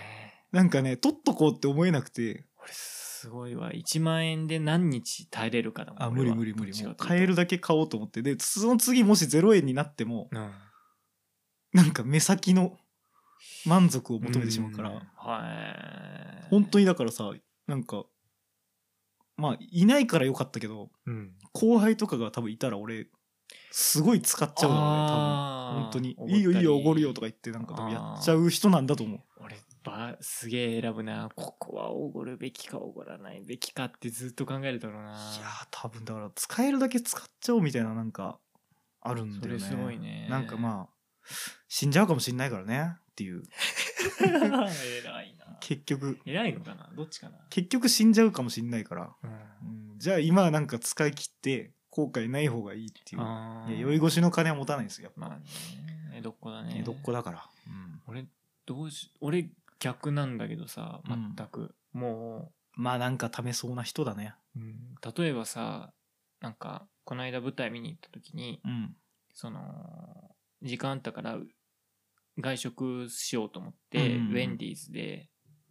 [SPEAKER 2] なんかね取っとこうって思えなくて
[SPEAKER 1] 俺すごいわ1万円で何日耐えれるかだもん
[SPEAKER 2] あ無
[SPEAKER 1] 俺
[SPEAKER 2] 理
[SPEAKER 1] は
[SPEAKER 2] 無理無
[SPEAKER 1] どっ
[SPEAKER 2] 理
[SPEAKER 1] ちか
[SPEAKER 2] もう
[SPEAKER 1] というと
[SPEAKER 2] 買えるだけ買おうと思ってでその次もし0円になっても
[SPEAKER 1] うん
[SPEAKER 2] なんか目先の満足を求めてしまうから、
[SPEAKER 1] んはい
[SPEAKER 2] 本当
[SPEAKER 1] に
[SPEAKER 2] にだからさなんかまあいないからよかったけど
[SPEAKER 1] うん
[SPEAKER 2] 後輩とかが多分いたら俺すごい使っちゃうだろうね多分本当に「いいよいいよおごるよ」とか言ってなんか多分やっちゃう人なんだと思う
[SPEAKER 1] 俺ばすげえ選ぶなここはおごるべきかおごらないべきかってずっと考えるだろうない
[SPEAKER 2] やー多分だから使えるだけ使っちゃおうみたいななんかあるんだよね
[SPEAKER 1] それすごいね
[SPEAKER 2] なんかまあ死んじゃうかもしんないからねっていう
[SPEAKER 1] [LAUGHS] 偉いな
[SPEAKER 2] 結局
[SPEAKER 1] 偉いのかなどっちかな、
[SPEAKER 2] 結局死んじゃうかもしんないから、
[SPEAKER 1] うん
[SPEAKER 2] うん、じゃあ今はなんか使い切って後悔ない方がいいっていう
[SPEAKER 1] あー
[SPEAKER 2] いや酔い越しの金は持たないんですよやっぱ
[SPEAKER 1] まあね江戸っ子だね
[SPEAKER 2] 江戸っ子だから、うん
[SPEAKER 1] 俺どうし俺逆なんだけどさ
[SPEAKER 2] うん
[SPEAKER 1] 全く、も
[SPEAKER 2] まあなんか試そうな人だね
[SPEAKER 1] う、うん例えばさなんかこの間舞台見に行った時に
[SPEAKER 2] うん
[SPEAKER 1] その時間あったからう外食しようと思って、
[SPEAKER 2] うんうんう
[SPEAKER 1] ウ
[SPEAKER 2] ん
[SPEAKER 1] ェンディーズで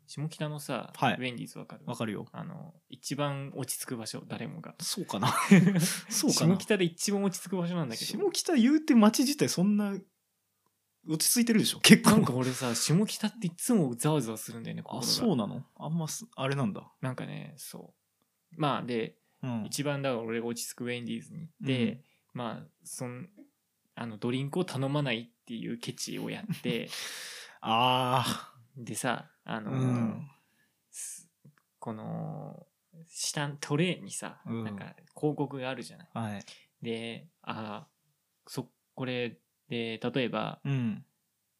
[SPEAKER 1] 下北のさ、
[SPEAKER 2] はい
[SPEAKER 1] ウェンディーズわかる
[SPEAKER 2] わかるよ
[SPEAKER 1] あの一番落ち着く場所誰もが
[SPEAKER 2] そう
[SPEAKER 1] [LAUGHS]
[SPEAKER 2] かな [LAUGHS] そうか
[SPEAKER 1] 下
[SPEAKER 2] な
[SPEAKER 1] 北で一番落ち着く場所なんだけど
[SPEAKER 2] 下北言うて街自体そんな落ち着いてるでしょ結構
[SPEAKER 1] なんか俺さ下北っていつもざわざわするんだよね心
[SPEAKER 2] あ
[SPEAKER 1] が
[SPEAKER 2] そうなのあんますあれなんだ、
[SPEAKER 1] なんかねそうまあで
[SPEAKER 2] うん、
[SPEAKER 1] 一番だから俺が落ち着くウェンディーズに行って、
[SPEAKER 2] うん
[SPEAKER 1] まあそんあのドリンクを頼まないっていうケチをやって
[SPEAKER 2] [LAUGHS] あ
[SPEAKER 1] でさあ
[SPEAKER 2] あ
[SPEAKER 1] の、
[SPEAKER 2] うん
[SPEAKER 1] すこの下のトレーにさ、
[SPEAKER 2] うん
[SPEAKER 1] なんか広告があるじゃない。
[SPEAKER 2] はい
[SPEAKER 1] であそこれで例えば
[SPEAKER 2] うん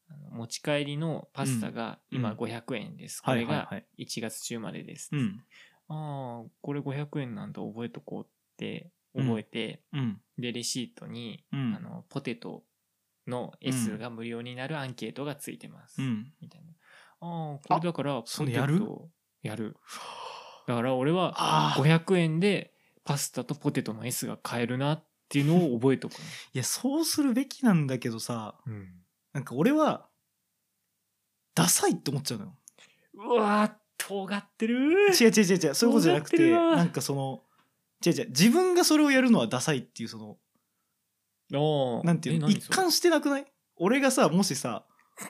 [SPEAKER 1] あの持ち帰りのパスタが
[SPEAKER 2] うん
[SPEAKER 1] 今
[SPEAKER 2] うん
[SPEAKER 1] 500円です、
[SPEAKER 2] はい
[SPEAKER 1] こ
[SPEAKER 2] は
[SPEAKER 1] れ
[SPEAKER 2] い
[SPEAKER 1] が
[SPEAKER 2] はい
[SPEAKER 1] 1月中までです、
[SPEAKER 2] うん
[SPEAKER 1] ああこれ500円なんだ覚えとこうって覚えて、
[SPEAKER 2] うん
[SPEAKER 1] でレシートに
[SPEAKER 2] う
[SPEAKER 1] あのポテトの S が無料になるアンケートがついてます、
[SPEAKER 2] ん
[SPEAKER 1] みたいなああこれだから
[SPEAKER 2] それやる
[SPEAKER 1] やるだから俺は
[SPEAKER 2] ああ
[SPEAKER 1] 500円でパスタとポテトの S が買えるなっていうのを覚えとくね、
[SPEAKER 2] いやそうするべきなんだけどさ [LAUGHS]
[SPEAKER 1] うん
[SPEAKER 2] なんか俺はダサいって思っちゃうのよ
[SPEAKER 1] うわー尖ってる
[SPEAKER 2] 違う違う違う違うそういうことじゃなくて
[SPEAKER 1] 尖ってるわ
[SPEAKER 2] なんかその違う違う自分がそれをやるのはダサいっていうその
[SPEAKER 1] おー
[SPEAKER 2] なんてい
[SPEAKER 1] え
[SPEAKER 2] うの
[SPEAKER 1] 何
[SPEAKER 2] 一
[SPEAKER 1] それ
[SPEAKER 2] 貫してなくない俺がさもしさ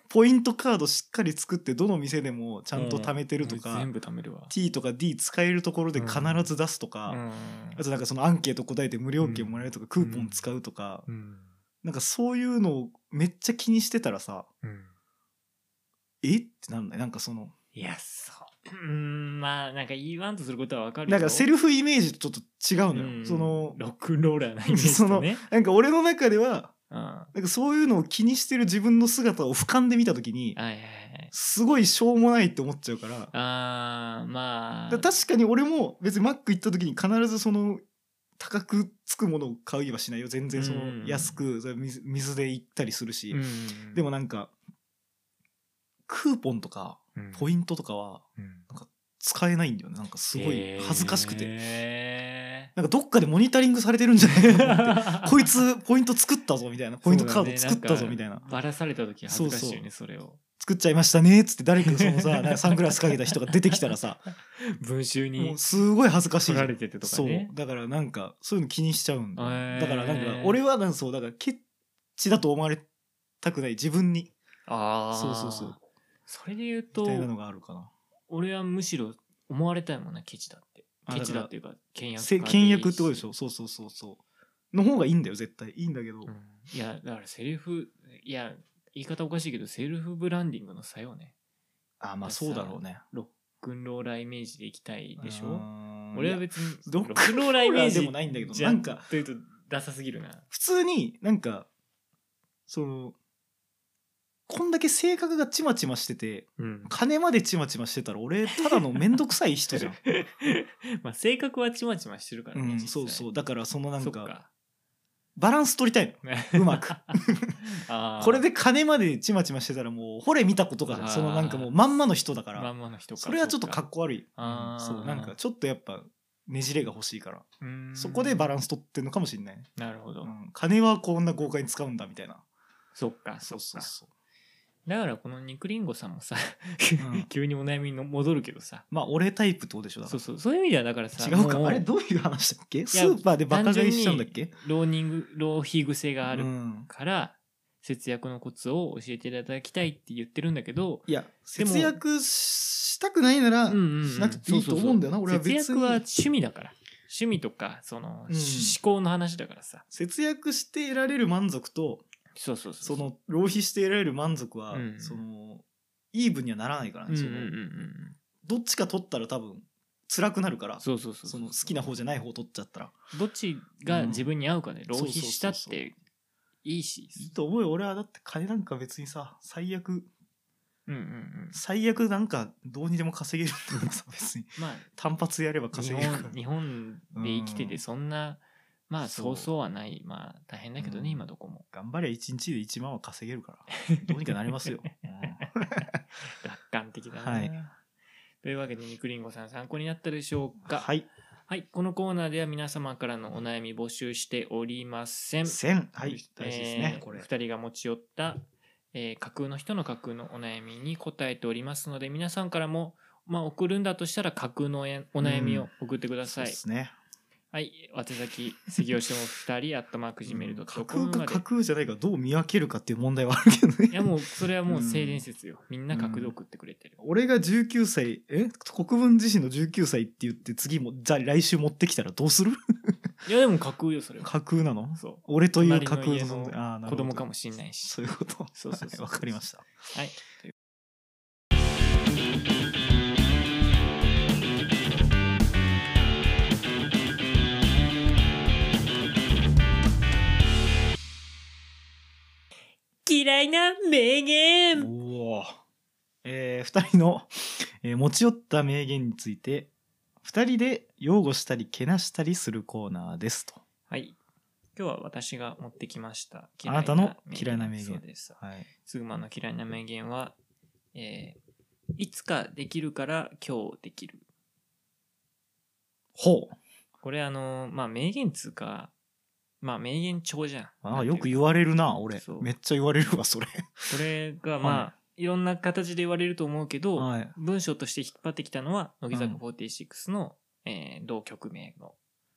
[SPEAKER 2] ポイントカードしっかり作ってどの店でもちゃんと貯めてると
[SPEAKER 1] うん
[SPEAKER 2] か、
[SPEAKER 1] 全部貯めるわ
[SPEAKER 2] T とか D 使えるところで必ず出すとか、
[SPEAKER 1] うん
[SPEAKER 2] あとなんかそのアンケート答えて無料券もらえるとか、クーポン使うとか、
[SPEAKER 1] うん
[SPEAKER 2] なんかそういうのをめっちゃ気にしてたらさ
[SPEAKER 1] うん
[SPEAKER 2] えってなんないなんかその
[SPEAKER 1] いやそううんまあなんか言わんとすることはわかるよ
[SPEAKER 2] なんかセルフイメージとちょっと違うのよ、
[SPEAKER 1] うん
[SPEAKER 2] その
[SPEAKER 1] ロックンローラーなイメージとね
[SPEAKER 2] なんか俺の中では
[SPEAKER 1] うんは
[SPEAKER 2] なんかそういうのを気にしてる自分の姿を俯瞰で見た時に
[SPEAKER 1] いはいはい
[SPEAKER 2] すごいしょうもないって思っちゃうから
[SPEAKER 1] あーまあ
[SPEAKER 2] だ確かに俺も別にマック行った時に必ずその高くつくものを買うはしないよ全然そ
[SPEAKER 1] うん
[SPEAKER 2] の安くそれ水水で行ったりするし、
[SPEAKER 1] うん
[SPEAKER 2] でもなんかクーポンとかポイントとかは
[SPEAKER 1] うん
[SPEAKER 2] 使えないんだよねなんかすごい恥ずかしくて、
[SPEAKER 1] [LAUGHS] へ
[SPEAKER 2] なんかどっかでモニタリングされてるんじゃない
[SPEAKER 1] [LAUGHS]
[SPEAKER 2] かと思って
[SPEAKER 1] ー
[SPEAKER 2] こいつポイント作ったぞみたいなポイントカード作っ
[SPEAKER 1] そ
[SPEAKER 2] た
[SPEAKER 1] うだ
[SPEAKER 2] ぞ
[SPEAKER 1] ね
[SPEAKER 2] みたいな,、
[SPEAKER 1] んかバラされた時恥ずかしいよねそれを
[SPEAKER 2] 作っちゃいましたねっつって誰かそのさなんかサングラスかけた人が出てきた
[SPEAKER 1] [LAUGHS]
[SPEAKER 2] らさ
[SPEAKER 1] 文集
[SPEAKER 2] も
[SPEAKER 1] に
[SPEAKER 2] うすごい恥ずかしい
[SPEAKER 1] 取
[SPEAKER 2] じゃ
[SPEAKER 1] ら
[SPEAKER 2] ん
[SPEAKER 1] れててとかね
[SPEAKER 2] そうだからなんかそういうの気にしちゃうんだよ、
[SPEAKER 1] へー
[SPEAKER 2] だからなんか俺はなんかそうだからケッチだと思われたくない自分に
[SPEAKER 1] ああ
[SPEAKER 2] そうそうそう
[SPEAKER 1] それで言う
[SPEAKER 2] み
[SPEAKER 1] と
[SPEAKER 2] たいなのがあるかな
[SPEAKER 1] 俺はむしろ思われたいもんなケチだって
[SPEAKER 2] あ
[SPEAKER 1] ケチだ
[SPEAKER 2] だから
[SPEAKER 1] っていうか倹約
[SPEAKER 2] せ
[SPEAKER 1] 家
[SPEAKER 2] 倹約ってことでし
[SPEAKER 1] ょ
[SPEAKER 2] ょそうそうそうそうの方がいいんだよ絶対いいんだけど、
[SPEAKER 1] いやだからセルフいや言い方おかしいけどセルフブランディングの作用ね
[SPEAKER 2] あまあそうだろうね
[SPEAKER 1] ロックンローラーイメージでいきたいでし
[SPEAKER 2] うー
[SPEAKER 1] ょ
[SPEAKER 2] ん
[SPEAKER 1] 俺はい
[SPEAKER 2] や
[SPEAKER 1] 別に
[SPEAKER 2] ロックンローラーイメージでもないんだけど
[SPEAKER 1] じゃ
[SPEAKER 2] なんか
[SPEAKER 1] というとダサすぎるな
[SPEAKER 2] 普通になんかそのこんだけ性格がちまちましてて
[SPEAKER 1] うん
[SPEAKER 2] 金までちまちましてたら俺ただの面倒くさい人
[SPEAKER 1] [LAUGHS]
[SPEAKER 2] じゃん、
[SPEAKER 1] まあ性格はちまちましてるから
[SPEAKER 2] う
[SPEAKER 1] ね
[SPEAKER 2] ん、
[SPEAKER 1] 実際
[SPEAKER 2] そうそうだからそのなん
[SPEAKER 1] そっ
[SPEAKER 2] かバランス取りたいのうまく
[SPEAKER 1] [LAUGHS] あー
[SPEAKER 2] これで金までちまちましてたらもうほれ見たこと
[SPEAKER 1] あー
[SPEAKER 2] がそのなんかもうまんまの人だから、
[SPEAKER 1] まんまの人か
[SPEAKER 2] それはちょっとかっこ悪い
[SPEAKER 1] あー
[SPEAKER 2] そうなんかちょっとやっぱねじれが欲しいから
[SPEAKER 1] うーん
[SPEAKER 2] そこでバランス取ってんのかもしれないね、
[SPEAKER 1] なるほど、
[SPEAKER 2] うん、金はこんな豪快に使うんだみたいな
[SPEAKER 1] そっかそ
[SPEAKER 2] そ
[SPEAKER 1] っ
[SPEAKER 2] うそ
[SPEAKER 1] か
[SPEAKER 2] うそう
[SPEAKER 1] だからこの肉りんごさんもさ、
[SPEAKER 2] ん
[SPEAKER 1] [LAUGHS] 急にお悩みに戻るけどさ
[SPEAKER 2] まあ俺タイプってことでしょだ
[SPEAKER 1] そ
[SPEAKER 2] か
[SPEAKER 1] う
[SPEAKER 2] ら
[SPEAKER 1] そうそういう意味ではだからさ
[SPEAKER 2] 違う
[SPEAKER 1] も
[SPEAKER 2] かあれどういう話だっけスーパーでバカ買いしちゃうんだっけ
[SPEAKER 1] 浪人ぐ浪費癖があ
[SPEAKER 2] う
[SPEAKER 1] る
[SPEAKER 2] ん、
[SPEAKER 1] から節約のコツを教えていただきたいって言ってるんだけど、
[SPEAKER 2] いや
[SPEAKER 1] でも
[SPEAKER 2] 節約したくないなら
[SPEAKER 1] うんうんうん
[SPEAKER 2] しなくていいと思うんだよな、俺は別に
[SPEAKER 1] 節約は趣味だから趣味とかその、
[SPEAKER 2] うん
[SPEAKER 1] 思考の話だからさ
[SPEAKER 2] 節約して得られる満足と
[SPEAKER 1] そうそうそ
[SPEAKER 2] そうの浪費して得られる満足は、
[SPEAKER 1] うん
[SPEAKER 2] そのイーブンにはならないから
[SPEAKER 1] うん
[SPEAKER 2] ね
[SPEAKER 1] うんう
[SPEAKER 2] そ
[SPEAKER 1] んう
[SPEAKER 2] の
[SPEAKER 1] ん
[SPEAKER 2] どっちか取ったら多分辛くなるから
[SPEAKER 1] そうそうそう
[SPEAKER 2] その好きな方じゃない方取っちゃったら
[SPEAKER 1] どっちが自分に合うかで浪費したっていいし
[SPEAKER 2] いいと思うよ俺はだって金なんか別にさ最悪
[SPEAKER 1] うんうんうん
[SPEAKER 2] 最悪なんかどうにでも稼げるんだ
[SPEAKER 1] [LAUGHS]
[SPEAKER 2] からさ別に
[SPEAKER 1] まあ
[SPEAKER 2] 単発でやれば
[SPEAKER 1] 日
[SPEAKER 2] 稼げるから
[SPEAKER 1] 本日本で生きててそんなまあ
[SPEAKER 2] そ
[SPEAKER 1] そううそうはないまあ大変だけどね
[SPEAKER 2] うん
[SPEAKER 1] 今どこも
[SPEAKER 2] 頑張りゃ1日で1万は稼げるから
[SPEAKER 1] [LAUGHS]
[SPEAKER 2] どうにかなりますよ、うん
[SPEAKER 1] 楽観的だね、
[SPEAKER 2] はい
[SPEAKER 1] というわけで肉りんごさん参考になったでしょうか
[SPEAKER 2] はい
[SPEAKER 1] はい、このコーナーでは皆様からのお悩み募集しておりません。
[SPEAKER 2] 1000はい大事ですね、
[SPEAKER 1] えー
[SPEAKER 2] これ
[SPEAKER 1] 2人が持ち寄った、えー架空の人の架空のお悩みに答えておりますので、皆さんからも、まあ、送るんだとしたら架空のえお悩みを送ってくだ
[SPEAKER 2] そ
[SPEAKER 1] さ
[SPEAKER 2] う
[SPEAKER 1] い。
[SPEAKER 2] ですね
[SPEAKER 1] はい、宛先、杉吉も2人、アッ
[SPEAKER 2] [LAUGHS]
[SPEAKER 1] トマークジメルド
[SPEAKER 2] 架空か
[SPEAKER 1] まで
[SPEAKER 2] 架。空じゃないかどう見分けるかっていう問題はあるけどね
[SPEAKER 1] いや、もう、それはもう性善説よ。みんな架空で送ってくれてる。
[SPEAKER 2] 俺が19歳え国分自身の19歳って言って次もじゃあ来週持ってきたらどうする [LAUGHS]
[SPEAKER 1] いや、でも架空よ、それは。
[SPEAKER 2] 架空なの
[SPEAKER 1] そ
[SPEAKER 2] 俺という
[SPEAKER 1] 隣
[SPEAKER 2] 架
[SPEAKER 1] の
[SPEAKER 2] 空
[SPEAKER 1] 家
[SPEAKER 2] の
[SPEAKER 1] の
[SPEAKER 2] 存在あーなる
[SPEAKER 1] う。
[SPEAKER 2] ほ
[SPEAKER 1] 子
[SPEAKER 2] ど
[SPEAKER 1] 供かもしんないし。
[SPEAKER 2] そういうこと
[SPEAKER 1] そうそうそう
[SPEAKER 2] はいわかりました
[SPEAKER 1] はい。嫌いな名言
[SPEAKER 2] おお、えー、2人の、えー持ち寄った名言について2人で擁護したりけなしたりするコーナーですと
[SPEAKER 1] はい。今日は私が持ってきました。
[SPEAKER 2] あなたの嫌いな名言
[SPEAKER 1] そうです。
[SPEAKER 2] はい
[SPEAKER 1] スグマの嫌いな名言は、えーいつかできるから今日できる。
[SPEAKER 2] ほう
[SPEAKER 1] これあのーまあ名言つうか、まあ名言帳じゃん。
[SPEAKER 2] あなんかよく言
[SPEAKER 1] わ
[SPEAKER 2] われるな俺
[SPEAKER 1] そう
[SPEAKER 2] めっちゃ言われるわそれ
[SPEAKER 1] それがまあ、、
[SPEAKER 2] はい
[SPEAKER 1] ろんな形で言われると思うけど、
[SPEAKER 2] はい
[SPEAKER 1] 文章として引っ張ってきたのは、乃木坂46の、えー同曲名の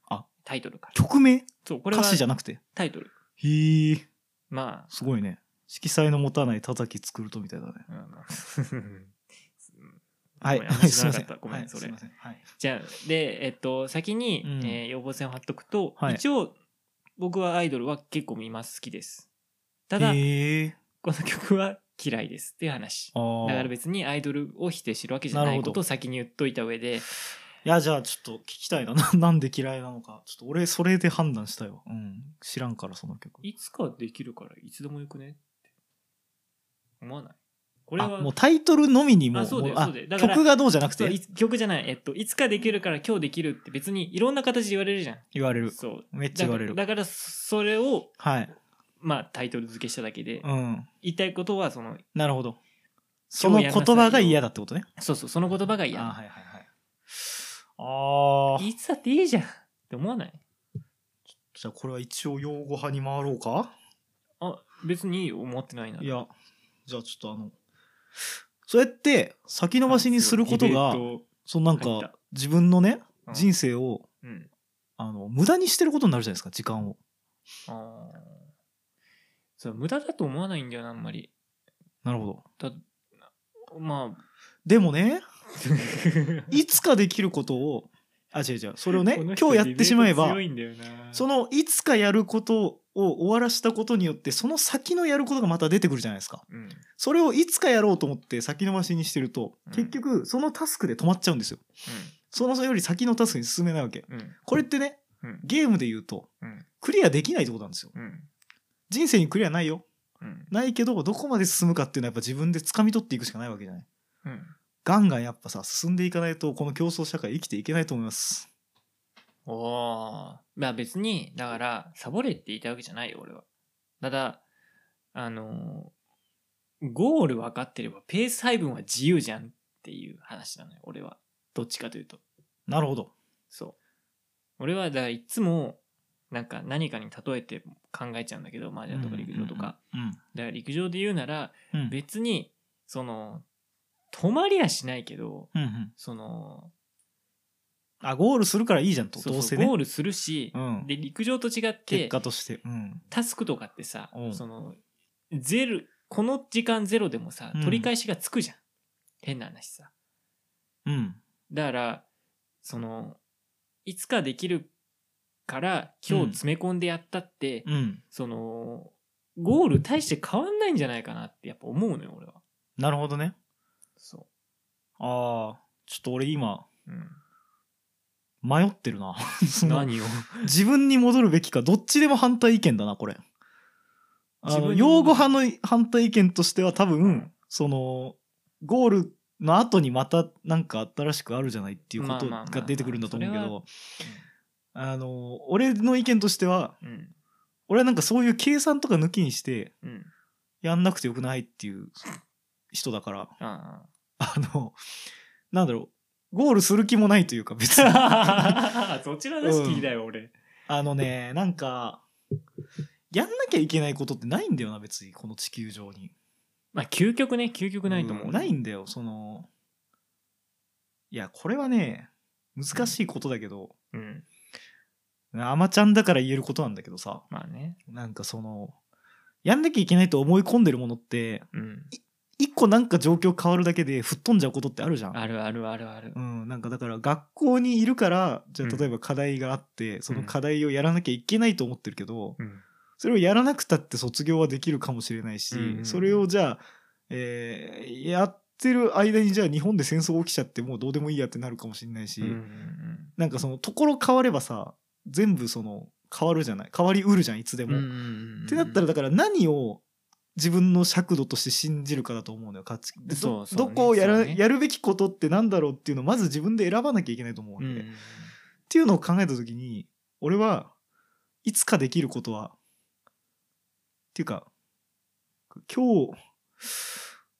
[SPEAKER 2] あ
[SPEAKER 1] タイトルから。
[SPEAKER 2] 曲名
[SPEAKER 1] そう、これは
[SPEAKER 2] 歌詞じゃなくて
[SPEAKER 1] タイトル。
[SPEAKER 2] へえ
[SPEAKER 1] まあ、
[SPEAKER 2] すごいね色彩の持たない叩き作るとみたいだね
[SPEAKER 1] うん
[SPEAKER 2] は
[SPEAKER 1] [LAUGHS]
[SPEAKER 2] い
[SPEAKER 1] ごめんあんまり
[SPEAKER 2] す
[SPEAKER 1] 知ら
[SPEAKER 2] い
[SPEAKER 1] なか
[SPEAKER 2] ませ
[SPEAKER 1] っ
[SPEAKER 2] ん
[SPEAKER 1] たごめん
[SPEAKER 2] はい
[SPEAKER 1] それ
[SPEAKER 2] すいませんはい
[SPEAKER 1] じゃあ、で、えっと、先に、
[SPEAKER 2] うん
[SPEAKER 1] えー予防線を貼っとくと、
[SPEAKER 2] はい
[SPEAKER 1] 一応、僕はアイドルは結構見ます、好きです。ただ、
[SPEAKER 2] へえ
[SPEAKER 1] この曲は嫌いですっていう話。
[SPEAKER 2] あ
[SPEAKER 1] だから
[SPEAKER 2] ーい
[SPEAKER 1] 別にアイドルを否定してるわけじゃ
[SPEAKER 2] な
[SPEAKER 1] ない
[SPEAKER 2] るほど
[SPEAKER 1] ことを先に言っといた上で、
[SPEAKER 2] やじゃあちょっと聞きたいな [LAUGHS] ななんで嫌いなのかちょっと俺それで判断したいわうん知らんからその曲
[SPEAKER 1] いつかできるからいつでもよくねって思わないこれ
[SPEAKER 2] あ
[SPEAKER 1] は
[SPEAKER 2] もうタイトルのみにも
[SPEAKER 1] あそうだよ
[SPEAKER 2] も
[SPEAKER 1] そうだよだから
[SPEAKER 2] 曲がどうじゃなく
[SPEAKER 1] そう
[SPEAKER 2] て
[SPEAKER 1] い曲じゃない、えっと、いつかできるから今日できるって別にいろんな形で言われるじゃん。
[SPEAKER 2] 言われる
[SPEAKER 1] そう。
[SPEAKER 2] めっち
[SPEAKER 1] だ
[SPEAKER 2] ゃ言
[SPEAKER 1] か
[SPEAKER 2] わ
[SPEAKER 1] ら
[SPEAKER 2] れる
[SPEAKER 1] だからそれを、
[SPEAKER 2] はい
[SPEAKER 1] まあ、タイトル付けしただけで、
[SPEAKER 2] うん
[SPEAKER 1] 言いたいことはその
[SPEAKER 2] なるほどその言葉が嫌だってことね
[SPEAKER 1] そうそう、その言葉が嫌。
[SPEAKER 2] あーはいはいはいあー
[SPEAKER 1] いつだっていいじゃんって思わない
[SPEAKER 2] じゃあこれは一応擁護派に回ろうか
[SPEAKER 1] あ、別にいいよ思ってないな。
[SPEAKER 2] いやじゃあちょっとあのそうやって先延ばしにすることが、
[SPEAKER 1] ディベート
[SPEAKER 2] そのなん
[SPEAKER 1] 入っ
[SPEAKER 2] か
[SPEAKER 1] た
[SPEAKER 2] 自分のね、
[SPEAKER 1] うん
[SPEAKER 2] 人生を
[SPEAKER 1] うん。
[SPEAKER 2] あの無駄にしてることになるじゃないですか時間を
[SPEAKER 1] あーそう、無駄だと思わないんだよな、あんまり。
[SPEAKER 2] なるほど
[SPEAKER 1] だまあ、
[SPEAKER 2] でもねいつかできることをあ違う違うそれをね
[SPEAKER 1] この人
[SPEAKER 2] 今日やってしまえば
[SPEAKER 1] ディベート強いんだよな
[SPEAKER 2] そのいつかやることを終わらしたことによってその先のやることがまた出てくるじゃないですか
[SPEAKER 1] うん
[SPEAKER 2] それをいつかやろうと思って先延ばしにしてると
[SPEAKER 1] うん
[SPEAKER 2] 結局そのタスクで止まっちゃうんですよそのより先のタスクに進めないわけ
[SPEAKER 1] うんうん
[SPEAKER 2] これってね
[SPEAKER 1] うん
[SPEAKER 2] ゲームで言うと
[SPEAKER 1] うん
[SPEAKER 2] クリアできないってことなんですよ
[SPEAKER 1] うん
[SPEAKER 2] 人生にクリアないよ
[SPEAKER 1] うん
[SPEAKER 2] ないけどどこまで進むかっていうのはやっぱ自分で掴み取っていくしかないわけじゃない
[SPEAKER 1] うん
[SPEAKER 2] ガンガンやっぱさ進んでいかないとこの競争社会生きていけないと思います
[SPEAKER 1] おおまあ別にだからサボれって言いたいわけじゃないよ俺はただあのーゴール分かってればペース配分は自由じゃんっていう話なのよ俺はどっちかというと
[SPEAKER 2] なるほど
[SPEAKER 1] そう俺はだからいつもなんか何かに例えて考えちゃうんだけどマージャンとか陸上とか、
[SPEAKER 2] うん
[SPEAKER 1] だから陸上で言うなら
[SPEAKER 2] うんうん
[SPEAKER 1] 別にその止まりはしないけど
[SPEAKER 2] うんうん
[SPEAKER 1] その
[SPEAKER 2] あゴールするからいいじゃんと
[SPEAKER 1] そう
[SPEAKER 2] どう
[SPEAKER 1] そ
[SPEAKER 2] せ
[SPEAKER 1] う
[SPEAKER 2] ね
[SPEAKER 1] ゴールするし、
[SPEAKER 2] うん
[SPEAKER 1] で陸上と違って
[SPEAKER 2] 結果としてうん
[SPEAKER 1] タスクとかってさ、
[SPEAKER 2] うん
[SPEAKER 1] そのゼロこの時間ゼロでもさ
[SPEAKER 2] うん
[SPEAKER 1] 取り返しがつくじゃん、変な話さ
[SPEAKER 2] うん
[SPEAKER 1] だからそのいつかできるから今日詰め込んでやったって、
[SPEAKER 2] うん
[SPEAKER 1] そのゴール大して変わんないんじゃないかなってやっぱ思うのよ俺は
[SPEAKER 2] なるほどね
[SPEAKER 1] そ
[SPEAKER 2] ああ、ちょっと俺今、
[SPEAKER 1] う、うん、
[SPEAKER 2] 迷ってるな。 [LAUGHS] その
[SPEAKER 1] 何を
[SPEAKER 2] 自分に戻るべきか、どっちでも反対意見だな、これ。あ
[SPEAKER 1] 自
[SPEAKER 2] の
[SPEAKER 1] 分に
[SPEAKER 2] 擁護派の反対意見としては多分、その、ゴールの後にまたなんか新しくあるじゃないっていうこと
[SPEAKER 1] まあまあまあ
[SPEAKER 2] が出てくるんだと思うけ
[SPEAKER 1] それは
[SPEAKER 2] ど、あの、俺の意見としては、
[SPEAKER 1] うん
[SPEAKER 2] 俺はなんかそういう計算とか抜きにして、
[SPEAKER 1] うん
[SPEAKER 2] やんなくてよくないっていう人だから、 [LAUGHS]
[SPEAKER 1] あ
[SPEAKER 2] あの、なんだろう、ゴールする気もないというか、
[SPEAKER 1] [LAUGHS]
[SPEAKER 2] 別に。
[SPEAKER 1] あそちらだし聞きだよ、俺
[SPEAKER 2] あのね、なんか、やんなきゃいけないことってないんだよな、別に、この地球上に。
[SPEAKER 1] まあ究極ね究極ないと思う、
[SPEAKER 2] んないんだよ、その、いや、これはね、難しいことだけど、
[SPEAKER 1] うん
[SPEAKER 2] アマちゃんだから言えることなんだけどさ、
[SPEAKER 1] まあね
[SPEAKER 2] なんかその、やんなきゃいけないと思い込んでるものって、
[SPEAKER 1] うん
[SPEAKER 2] 一個なんか状況変わるだけで吹っ飛んじゃうことってあるじゃん。
[SPEAKER 1] あるあるあるある
[SPEAKER 2] うん、なんかだから学校にいるから、じゃあ例えば課題があって、その課題をやらなきゃいけないと思ってるけど、
[SPEAKER 1] うん
[SPEAKER 2] それをやらなくたって卒業はできるかもしれないし、
[SPEAKER 1] うんうんうん
[SPEAKER 2] それをじゃあ、えーやってる間にじゃあ日本で戦争起きちゃってもうどうでもいいやってなるかもしれないし、
[SPEAKER 1] うんうん
[SPEAKER 2] なんかそのところ変わればさ全部その変わるじゃない変わりうるじゃんいつで
[SPEAKER 1] うんうん
[SPEAKER 2] も。っ
[SPEAKER 1] うん
[SPEAKER 2] てなったらだから何を自分の尺度として信じるかだと思うのよ価値でど
[SPEAKER 1] そうそうね
[SPEAKER 2] どこをやら、
[SPEAKER 1] そうね
[SPEAKER 2] やるべきことってなんだろうっていうのをまず自分で選ばなきゃいけないと思うわ
[SPEAKER 1] う
[SPEAKER 2] け、
[SPEAKER 1] んう
[SPEAKER 2] っ
[SPEAKER 1] ん
[SPEAKER 2] ていうのを考えた時に俺はいつかできることはっていうか今日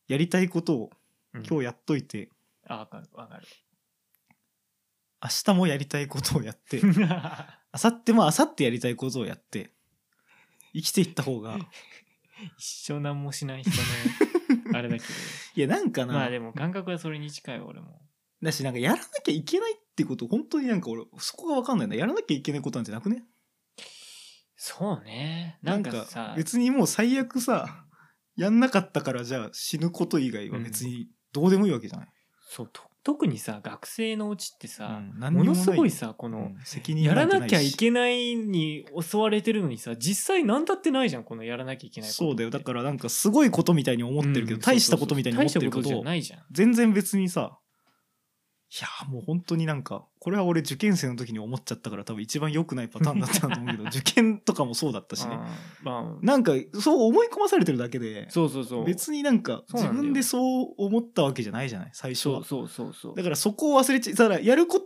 [SPEAKER 2] やりたいことを
[SPEAKER 1] うん
[SPEAKER 2] 今日やっといて、
[SPEAKER 1] あわかるわかる [LAUGHS]
[SPEAKER 2] 明日もやりたいことをやって明後日も明後日やりたいことをやって生きていった
[SPEAKER 1] [LAUGHS]
[SPEAKER 2] 方が
[SPEAKER 1] 一生何もしない人
[SPEAKER 2] [LAUGHS]
[SPEAKER 1] のあれだけ
[SPEAKER 2] いやなんか
[SPEAKER 1] ど
[SPEAKER 2] な、
[SPEAKER 1] まあでも感覚はそれに近い俺も
[SPEAKER 2] だしなんかやらなきゃいけないってこと本当になんか俺そこが分かんないなやらなきゃいけないことなんじゃなくね
[SPEAKER 1] そうねなんかさ
[SPEAKER 2] 別にもう最悪さやんなかったからじゃあ死ぬこと以外は別にどうでもいいわけじゃない、
[SPEAKER 1] そうと特にさ学生のうちって
[SPEAKER 2] う
[SPEAKER 1] さ、
[SPEAKER 2] ん何
[SPEAKER 1] も
[SPEAKER 2] に
[SPEAKER 1] の
[SPEAKER 2] な
[SPEAKER 1] すごいさこ
[SPEAKER 2] う
[SPEAKER 1] の、
[SPEAKER 2] ん責任
[SPEAKER 1] やら
[SPEAKER 2] んて
[SPEAKER 1] なきゃい
[SPEAKER 2] し
[SPEAKER 1] けないに襲われてるのにさ実際何だってないじゃんこのやらなきゃいけないこと
[SPEAKER 2] そうだよだからなんかすごいことみたいに思ってるけど、
[SPEAKER 1] うん
[SPEAKER 2] 大したことみたいに思ってるけ
[SPEAKER 1] そうそうそう大したことじ
[SPEAKER 2] ど
[SPEAKER 1] ゃないじゃん
[SPEAKER 2] 全然別にさいやーもう本当になんかこれは俺受験生の時に思っちゃったから多分一番良くないパターンだったなと思
[SPEAKER 1] [LAUGHS]
[SPEAKER 2] うけど受験とかもそうだったしね
[SPEAKER 1] うんまあ
[SPEAKER 2] なんかそう思い込まされてるだけで
[SPEAKER 1] そうそうそう
[SPEAKER 2] 別になんか
[SPEAKER 1] そう
[SPEAKER 2] 自
[SPEAKER 1] なんだよ
[SPEAKER 2] 分でそう思ったわけじゃないじゃない最初
[SPEAKER 1] そ
[SPEAKER 2] は
[SPEAKER 1] うそうそうそう
[SPEAKER 2] だからそこを忘れちゃだからやるこ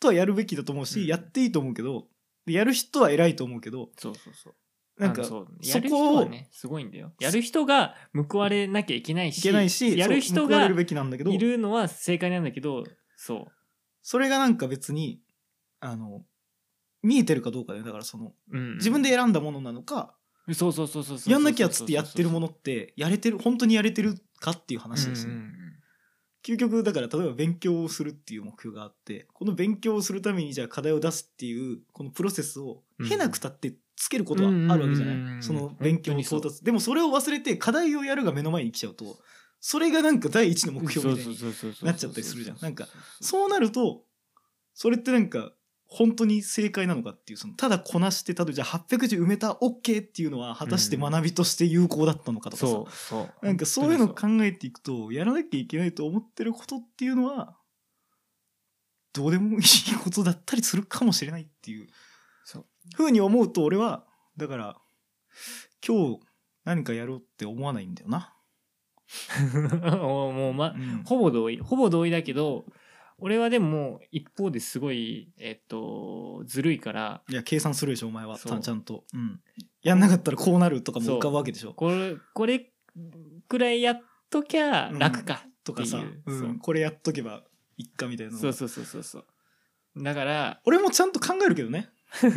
[SPEAKER 2] とはやるべきだと思うし、
[SPEAKER 1] うん
[SPEAKER 2] やっていいと思うけどでやる人は偉いと思うけど
[SPEAKER 1] そうそうそう
[SPEAKER 2] なんか
[SPEAKER 1] あの
[SPEAKER 2] そう
[SPEAKER 1] やる人はねすごいんだよやる人が報われなきゃいけないし
[SPEAKER 2] いけないし
[SPEAKER 1] やる人
[SPEAKER 2] そう報われ
[SPEAKER 1] が
[SPEAKER 2] るべきなんだけど
[SPEAKER 1] いるのは正解なんだけどそ
[SPEAKER 2] それがなんか別にあの見えてるかどうかでだからその
[SPEAKER 1] う、うん、
[SPEAKER 2] 自分で選んだものなのか、
[SPEAKER 1] そうそうそうそうそうそうそうそう
[SPEAKER 2] やんなきゃっつってやってるものってやれてる本当にやれてるかっていう話ですね、
[SPEAKER 1] うんうん
[SPEAKER 2] 究極だから例えば勉強をするっていう目標があってこの勉強をするためにじゃあ課題を出すっていうこのプロセスを
[SPEAKER 1] うん
[SPEAKER 2] へなくたってつけることはあるわけじゃない、
[SPEAKER 1] うんうんうんうん
[SPEAKER 2] その勉強に到達でもそれを忘れて課題をやるが目の前に来ちゃうとそれがなんか第一の
[SPEAKER 1] うん
[SPEAKER 2] 目標みたいな
[SPEAKER 1] そうそうそうそうそう
[SPEAKER 2] なっちゃったりするじゃんなんかそうなると、それってなんか、本当に正解なのかっていう、その、ただこなして、例えばじゃあ800字埋めた OK っていうのは、果たして学びとして有効だったのかとかさ、
[SPEAKER 1] そうそう
[SPEAKER 2] なんかそういうのを
[SPEAKER 1] 本当
[SPEAKER 2] 考えていくと、やらなきゃいけないと思ってることっていうのは、どうでもいいことだったりするかもしれないっていう
[SPEAKER 1] にそう
[SPEAKER 2] ふうに思うと、俺は、だから、今日何かやろうって思わないんだよな。
[SPEAKER 1] おもう [LAUGHS] ま
[SPEAKER 2] うん
[SPEAKER 1] ほぼ同意ほぼ同意だけど俺はでももう一方ですごいえっとずるいから
[SPEAKER 2] いや、計算するでしょ、お前は。
[SPEAKER 1] そう
[SPEAKER 2] たちゃんと。うん。やんなかったらこうなるとかも浮かぶわけでしょ。
[SPEAKER 1] これこれくらいやっときゃ楽か
[SPEAKER 2] とかさ
[SPEAKER 1] っていう、
[SPEAKER 2] うん
[SPEAKER 1] そう
[SPEAKER 2] これやっとけばいっかみたいなの
[SPEAKER 1] そうそうそうそうそうだから
[SPEAKER 2] 俺もちゃんと考えるけどね、
[SPEAKER 1] うん
[SPEAKER 2] 考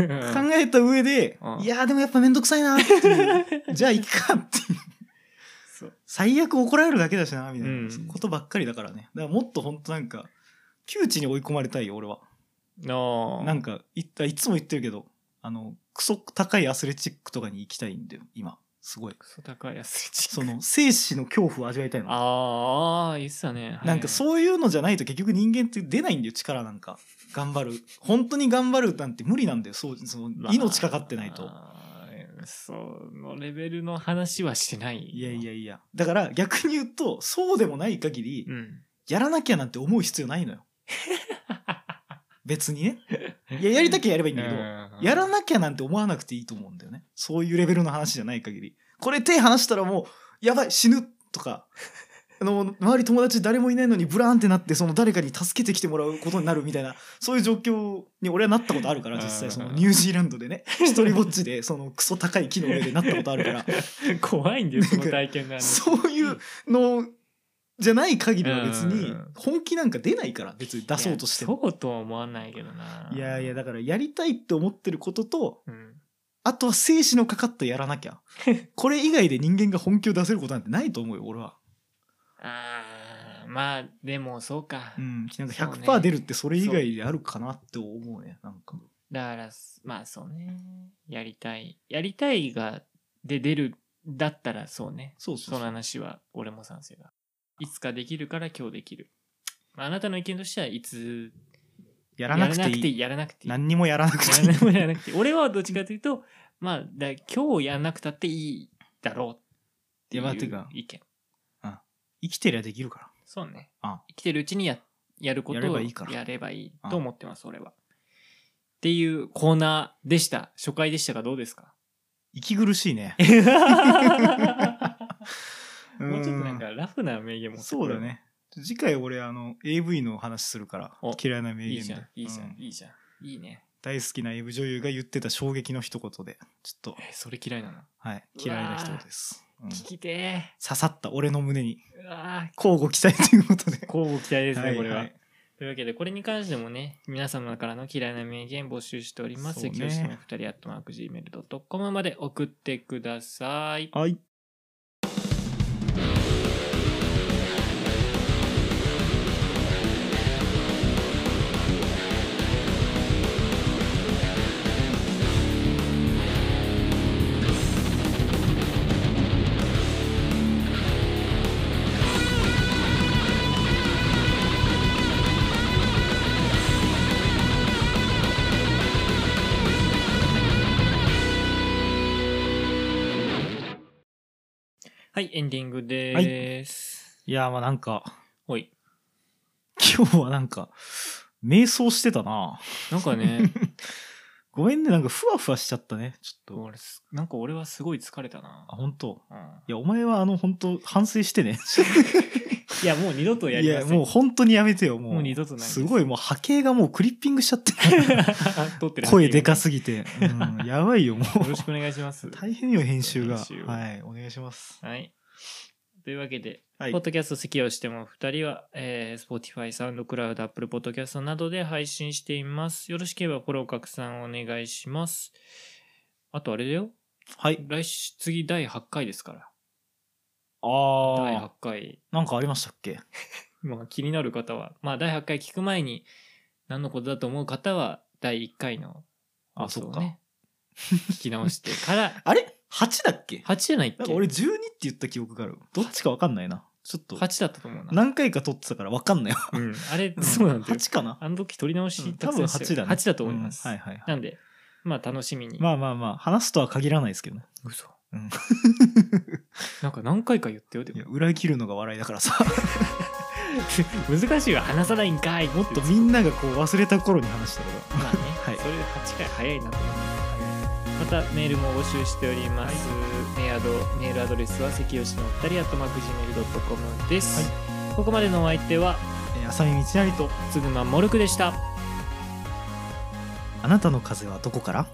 [SPEAKER 2] えた上で、
[SPEAKER 1] うん
[SPEAKER 2] いやーでもやっぱ面倒くさいなってい
[SPEAKER 1] [LAUGHS]
[SPEAKER 2] うじゃあいっかっていう
[SPEAKER 1] そう
[SPEAKER 2] 最悪怒られるだけだしなみたいな
[SPEAKER 1] うん
[SPEAKER 2] ことばっかりだからねだからもっとほんとなんか窮地に追い込まれたいよ俺は
[SPEAKER 1] の
[SPEAKER 2] なんかいいつも言ってるけどあのクソ高いアスレチックとかに行きたいんだよ今すごい
[SPEAKER 1] クソ高いやつ
[SPEAKER 2] その生死の恐怖を味わいたいの
[SPEAKER 1] ああ言ってたねはい
[SPEAKER 2] なんかそういうのじゃないと結局人間って出ないんだよ力なんか頑張る本当に頑張るなんて無理なんだよそうその命かかってないと
[SPEAKER 1] あーそのレベルの話はしてない。
[SPEAKER 2] いやい。やいや。だから逆に言うと、そうでもない限り、
[SPEAKER 1] うん。
[SPEAKER 2] やらなきゃなんて思う必要ない
[SPEAKER 1] [LAUGHS]
[SPEAKER 2] のよ。別にね。いや、やりたきゃやればいいんだけど、やら
[SPEAKER 1] な
[SPEAKER 2] なきゃなんて思わなくていいと思うんだよね。そういうレベルの話じゃない限り。これ手離したらもう、やばい、死ぬとか、あの、周り友達誰もいないのにブラーンってなって、その誰かに助けてきてもらうことになるみたいな、そういう状況に俺はなったことあるから、実際そのニュージーランドで [LAUGHS] ね、一人ぼっちで、そのクソ高い木の上でなったことあるから、
[SPEAKER 1] 怖いんだ [LAUGHS] よ、その
[SPEAKER 2] なんか
[SPEAKER 1] 体験が。
[SPEAKER 2] そういうのじゃない限りは別に
[SPEAKER 1] うん本
[SPEAKER 2] 本気なんか出ないから別に出そうとして
[SPEAKER 1] いや
[SPEAKER 2] も。
[SPEAKER 1] そうとは思わないけどな。
[SPEAKER 2] いやいやだからやりたいって思ってることと
[SPEAKER 1] うん。
[SPEAKER 2] あとは生死のかかったやらな
[SPEAKER 1] [LAUGHS]
[SPEAKER 2] きゃこれ以外で人間が本気を出せることなんてないと思うよ俺は。
[SPEAKER 1] あーまあ、でもそうか。
[SPEAKER 2] うん、なんか
[SPEAKER 1] そうね
[SPEAKER 2] 100%出るってそれ以外であるかなって思うねなんか。
[SPEAKER 1] だから、まあそうね。やりたい。やりたいが、で出る、だったらそうね。
[SPEAKER 2] そう
[SPEAKER 1] そ
[SPEAKER 2] そ
[SPEAKER 1] う
[SPEAKER 2] そ
[SPEAKER 1] の
[SPEAKER 2] う。
[SPEAKER 1] 話は俺も賛成だ。いつかできるから今日できる。まああなたの意見としてはいつ
[SPEAKER 2] や
[SPEAKER 1] や
[SPEAKER 2] らなくていい。
[SPEAKER 1] い。やらなくていい。やらな
[SPEAKER 2] 何にもやらなくていい。
[SPEAKER 1] くていい。やらなくていい。俺はどっちかというと、まあだ今日やらなくたっていいだろうってい
[SPEAKER 2] いやまあて
[SPEAKER 1] う
[SPEAKER 2] か
[SPEAKER 1] 意見。
[SPEAKER 2] 生きてりゃできるから。
[SPEAKER 1] そうね
[SPEAKER 2] あ。
[SPEAKER 1] 生きてるうちにややること
[SPEAKER 2] やれ
[SPEAKER 1] を
[SPEAKER 2] ばいいから
[SPEAKER 1] やればい
[SPEAKER 2] あ
[SPEAKER 1] いと思ってます、俺は。っていうコーナーでした。初回でしたがどうですか
[SPEAKER 2] 息苦し
[SPEAKER 1] [LAUGHS]
[SPEAKER 2] いね。 [LAUGHS]
[SPEAKER 1] もうちょっとなんかラフな名言も
[SPEAKER 2] そうだ。ね。次回俺、あの、AV の話するから
[SPEAKER 1] お、
[SPEAKER 2] 嫌いな名
[SPEAKER 1] いい
[SPEAKER 2] 言
[SPEAKER 1] じ
[SPEAKER 2] で
[SPEAKER 1] ゃん、いいじゃ
[SPEAKER 2] うん
[SPEAKER 1] ん、いいじゃん。いいね。
[SPEAKER 2] 大好きな AV 女優が言ってた衝撃の一言で、ちょっと、
[SPEAKER 1] えーそれ嫌いなの
[SPEAKER 2] はい、嫌いな一言です。うん
[SPEAKER 1] 聞きてえ。
[SPEAKER 2] 刺さった俺の胸に、
[SPEAKER 1] うわ
[SPEAKER 2] 交互期待とい
[SPEAKER 1] [LAUGHS]
[SPEAKER 2] うことで。
[SPEAKER 1] ー交互期待ですね、これ
[SPEAKER 2] い。
[SPEAKER 1] はいというわけで、これに関してもね、皆様からの嫌いな名言募集しておりま
[SPEAKER 2] そ
[SPEAKER 1] す。
[SPEAKER 2] うね
[SPEAKER 1] 教師の二人、アットマーク Gmail.com まで送ってください。
[SPEAKER 2] はい。
[SPEAKER 1] はい、エンディングです。
[SPEAKER 2] いやー、まあなんか、
[SPEAKER 1] ほい。
[SPEAKER 2] 今日はなんか、瞑想してたな。
[SPEAKER 1] なんかね、
[SPEAKER 2] ごめんね、なんかふわふわしちゃったね。ちょっと。
[SPEAKER 1] 俺す [LAUGHS] なんか俺はすごい疲れたな
[SPEAKER 2] あ、。本当
[SPEAKER 1] うん
[SPEAKER 2] いや、お前はあの、本当反省してね。
[SPEAKER 1] いや、もう二 [LAUGHS] 度とや
[SPEAKER 2] い
[SPEAKER 1] りま
[SPEAKER 2] や、
[SPEAKER 1] せん。
[SPEAKER 2] もう本当にやめてよ、もう。
[SPEAKER 1] もう二度とないです
[SPEAKER 2] すごい、もう波形がもうクリッピングしち
[SPEAKER 1] [LAUGHS]
[SPEAKER 2] ゃって。
[SPEAKER 1] 撮ってる
[SPEAKER 2] 声でかすぎて。うん、やばいよ、も
[SPEAKER 1] よろ
[SPEAKER 2] う。
[SPEAKER 1] しくお願いします。
[SPEAKER 2] 大変よ、編集が。
[SPEAKER 1] 編集
[SPEAKER 2] はい、お願いします。
[SPEAKER 1] はい。というわけで、
[SPEAKER 2] はい
[SPEAKER 1] ポッ。ドキャスト席をしても2人は、えー、Spotify、サウンドクラウド、Apple Podcast などで配信しています。よろしければフォロー拡散お願いします。あとあれだよ。
[SPEAKER 2] はい。
[SPEAKER 1] 来週、次第8回ですから。第8
[SPEAKER 2] あ
[SPEAKER 1] 回。
[SPEAKER 2] ー、なんかありましたっけ
[SPEAKER 1] まあ、気になる方は、まあ、第8回聞く前に何のことだと思う方は、第1回の
[SPEAKER 2] あ、
[SPEAKER 1] 放送
[SPEAKER 2] そっ
[SPEAKER 1] を
[SPEAKER 2] か。
[SPEAKER 1] ね、聞き直してから、 [LAUGHS]
[SPEAKER 2] あれ ?8 だっけ
[SPEAKER 1] 8じゃないっ
[SPEAKER 2] なん
[SPEAKER 1] け
[SPEAKER 2] か俺12って言った記憶がある。どっちかわかんないな。ちょっと、
[SPEAKER 1] ?8 だったと思うな。
[SPEAKER 2] 何回か撮ってたからわかんない。
[SPEAKER 1] うん、あれ、 [LAUGHS] そうなんだよ。
[SPEAKER 2] 8かな
[SPEAKER 1] あの時取り直
[SPEAKER 2] うん
[SPEAKER 1] し、
[SPEAKER 2] 多分8だね。
[SPEAKER 1] 8だと思います。
[SPEAKER 2] うんはいはいはい。
[SPEAKER 1] なんで、まあ楽しみに。
[SPEAKER 2] まあまあまあ、話すとは限らないですけどね。
[SPEAKER 1] 嘘。
[SPEAKER 2] うん
[SPEAKER 1] なんか何回か言ってよ、で
[SPEAKER 2] い
[SPEAKER 1] も
[SPEAKER 2] や。裏切るのが笑いだからさ。
[SPEAKER 1] [LAUGHS] 難しいわ、話さないんかい。もっ
[SPEAKER 2] ちょっと
[SPEAKER 1] み
[SPEAKER 2] みんながこう忘れた頃に話したけど。
[SPEAKER 1] まあね、
[SPEAKER 2] はい
[SPEAKER 1] それで8回早いなと思って。またメールも募集しております。メアドメールアドレスは関吉のお二人、あとマクジメルドットコムです。ここまでのお相手は、
[SPEAKER 2] えー浅見道成と、
[SPEAKER 1] つぐまもるくでした。
[SPEAKER 2] あなたの風はどこから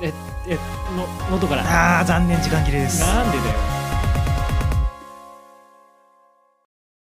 [SPEAKER 1] え、の、喉から。
[SPEAKER 2] あー、残念、時間切れです。
[SPEAKER 1] なんでだよ。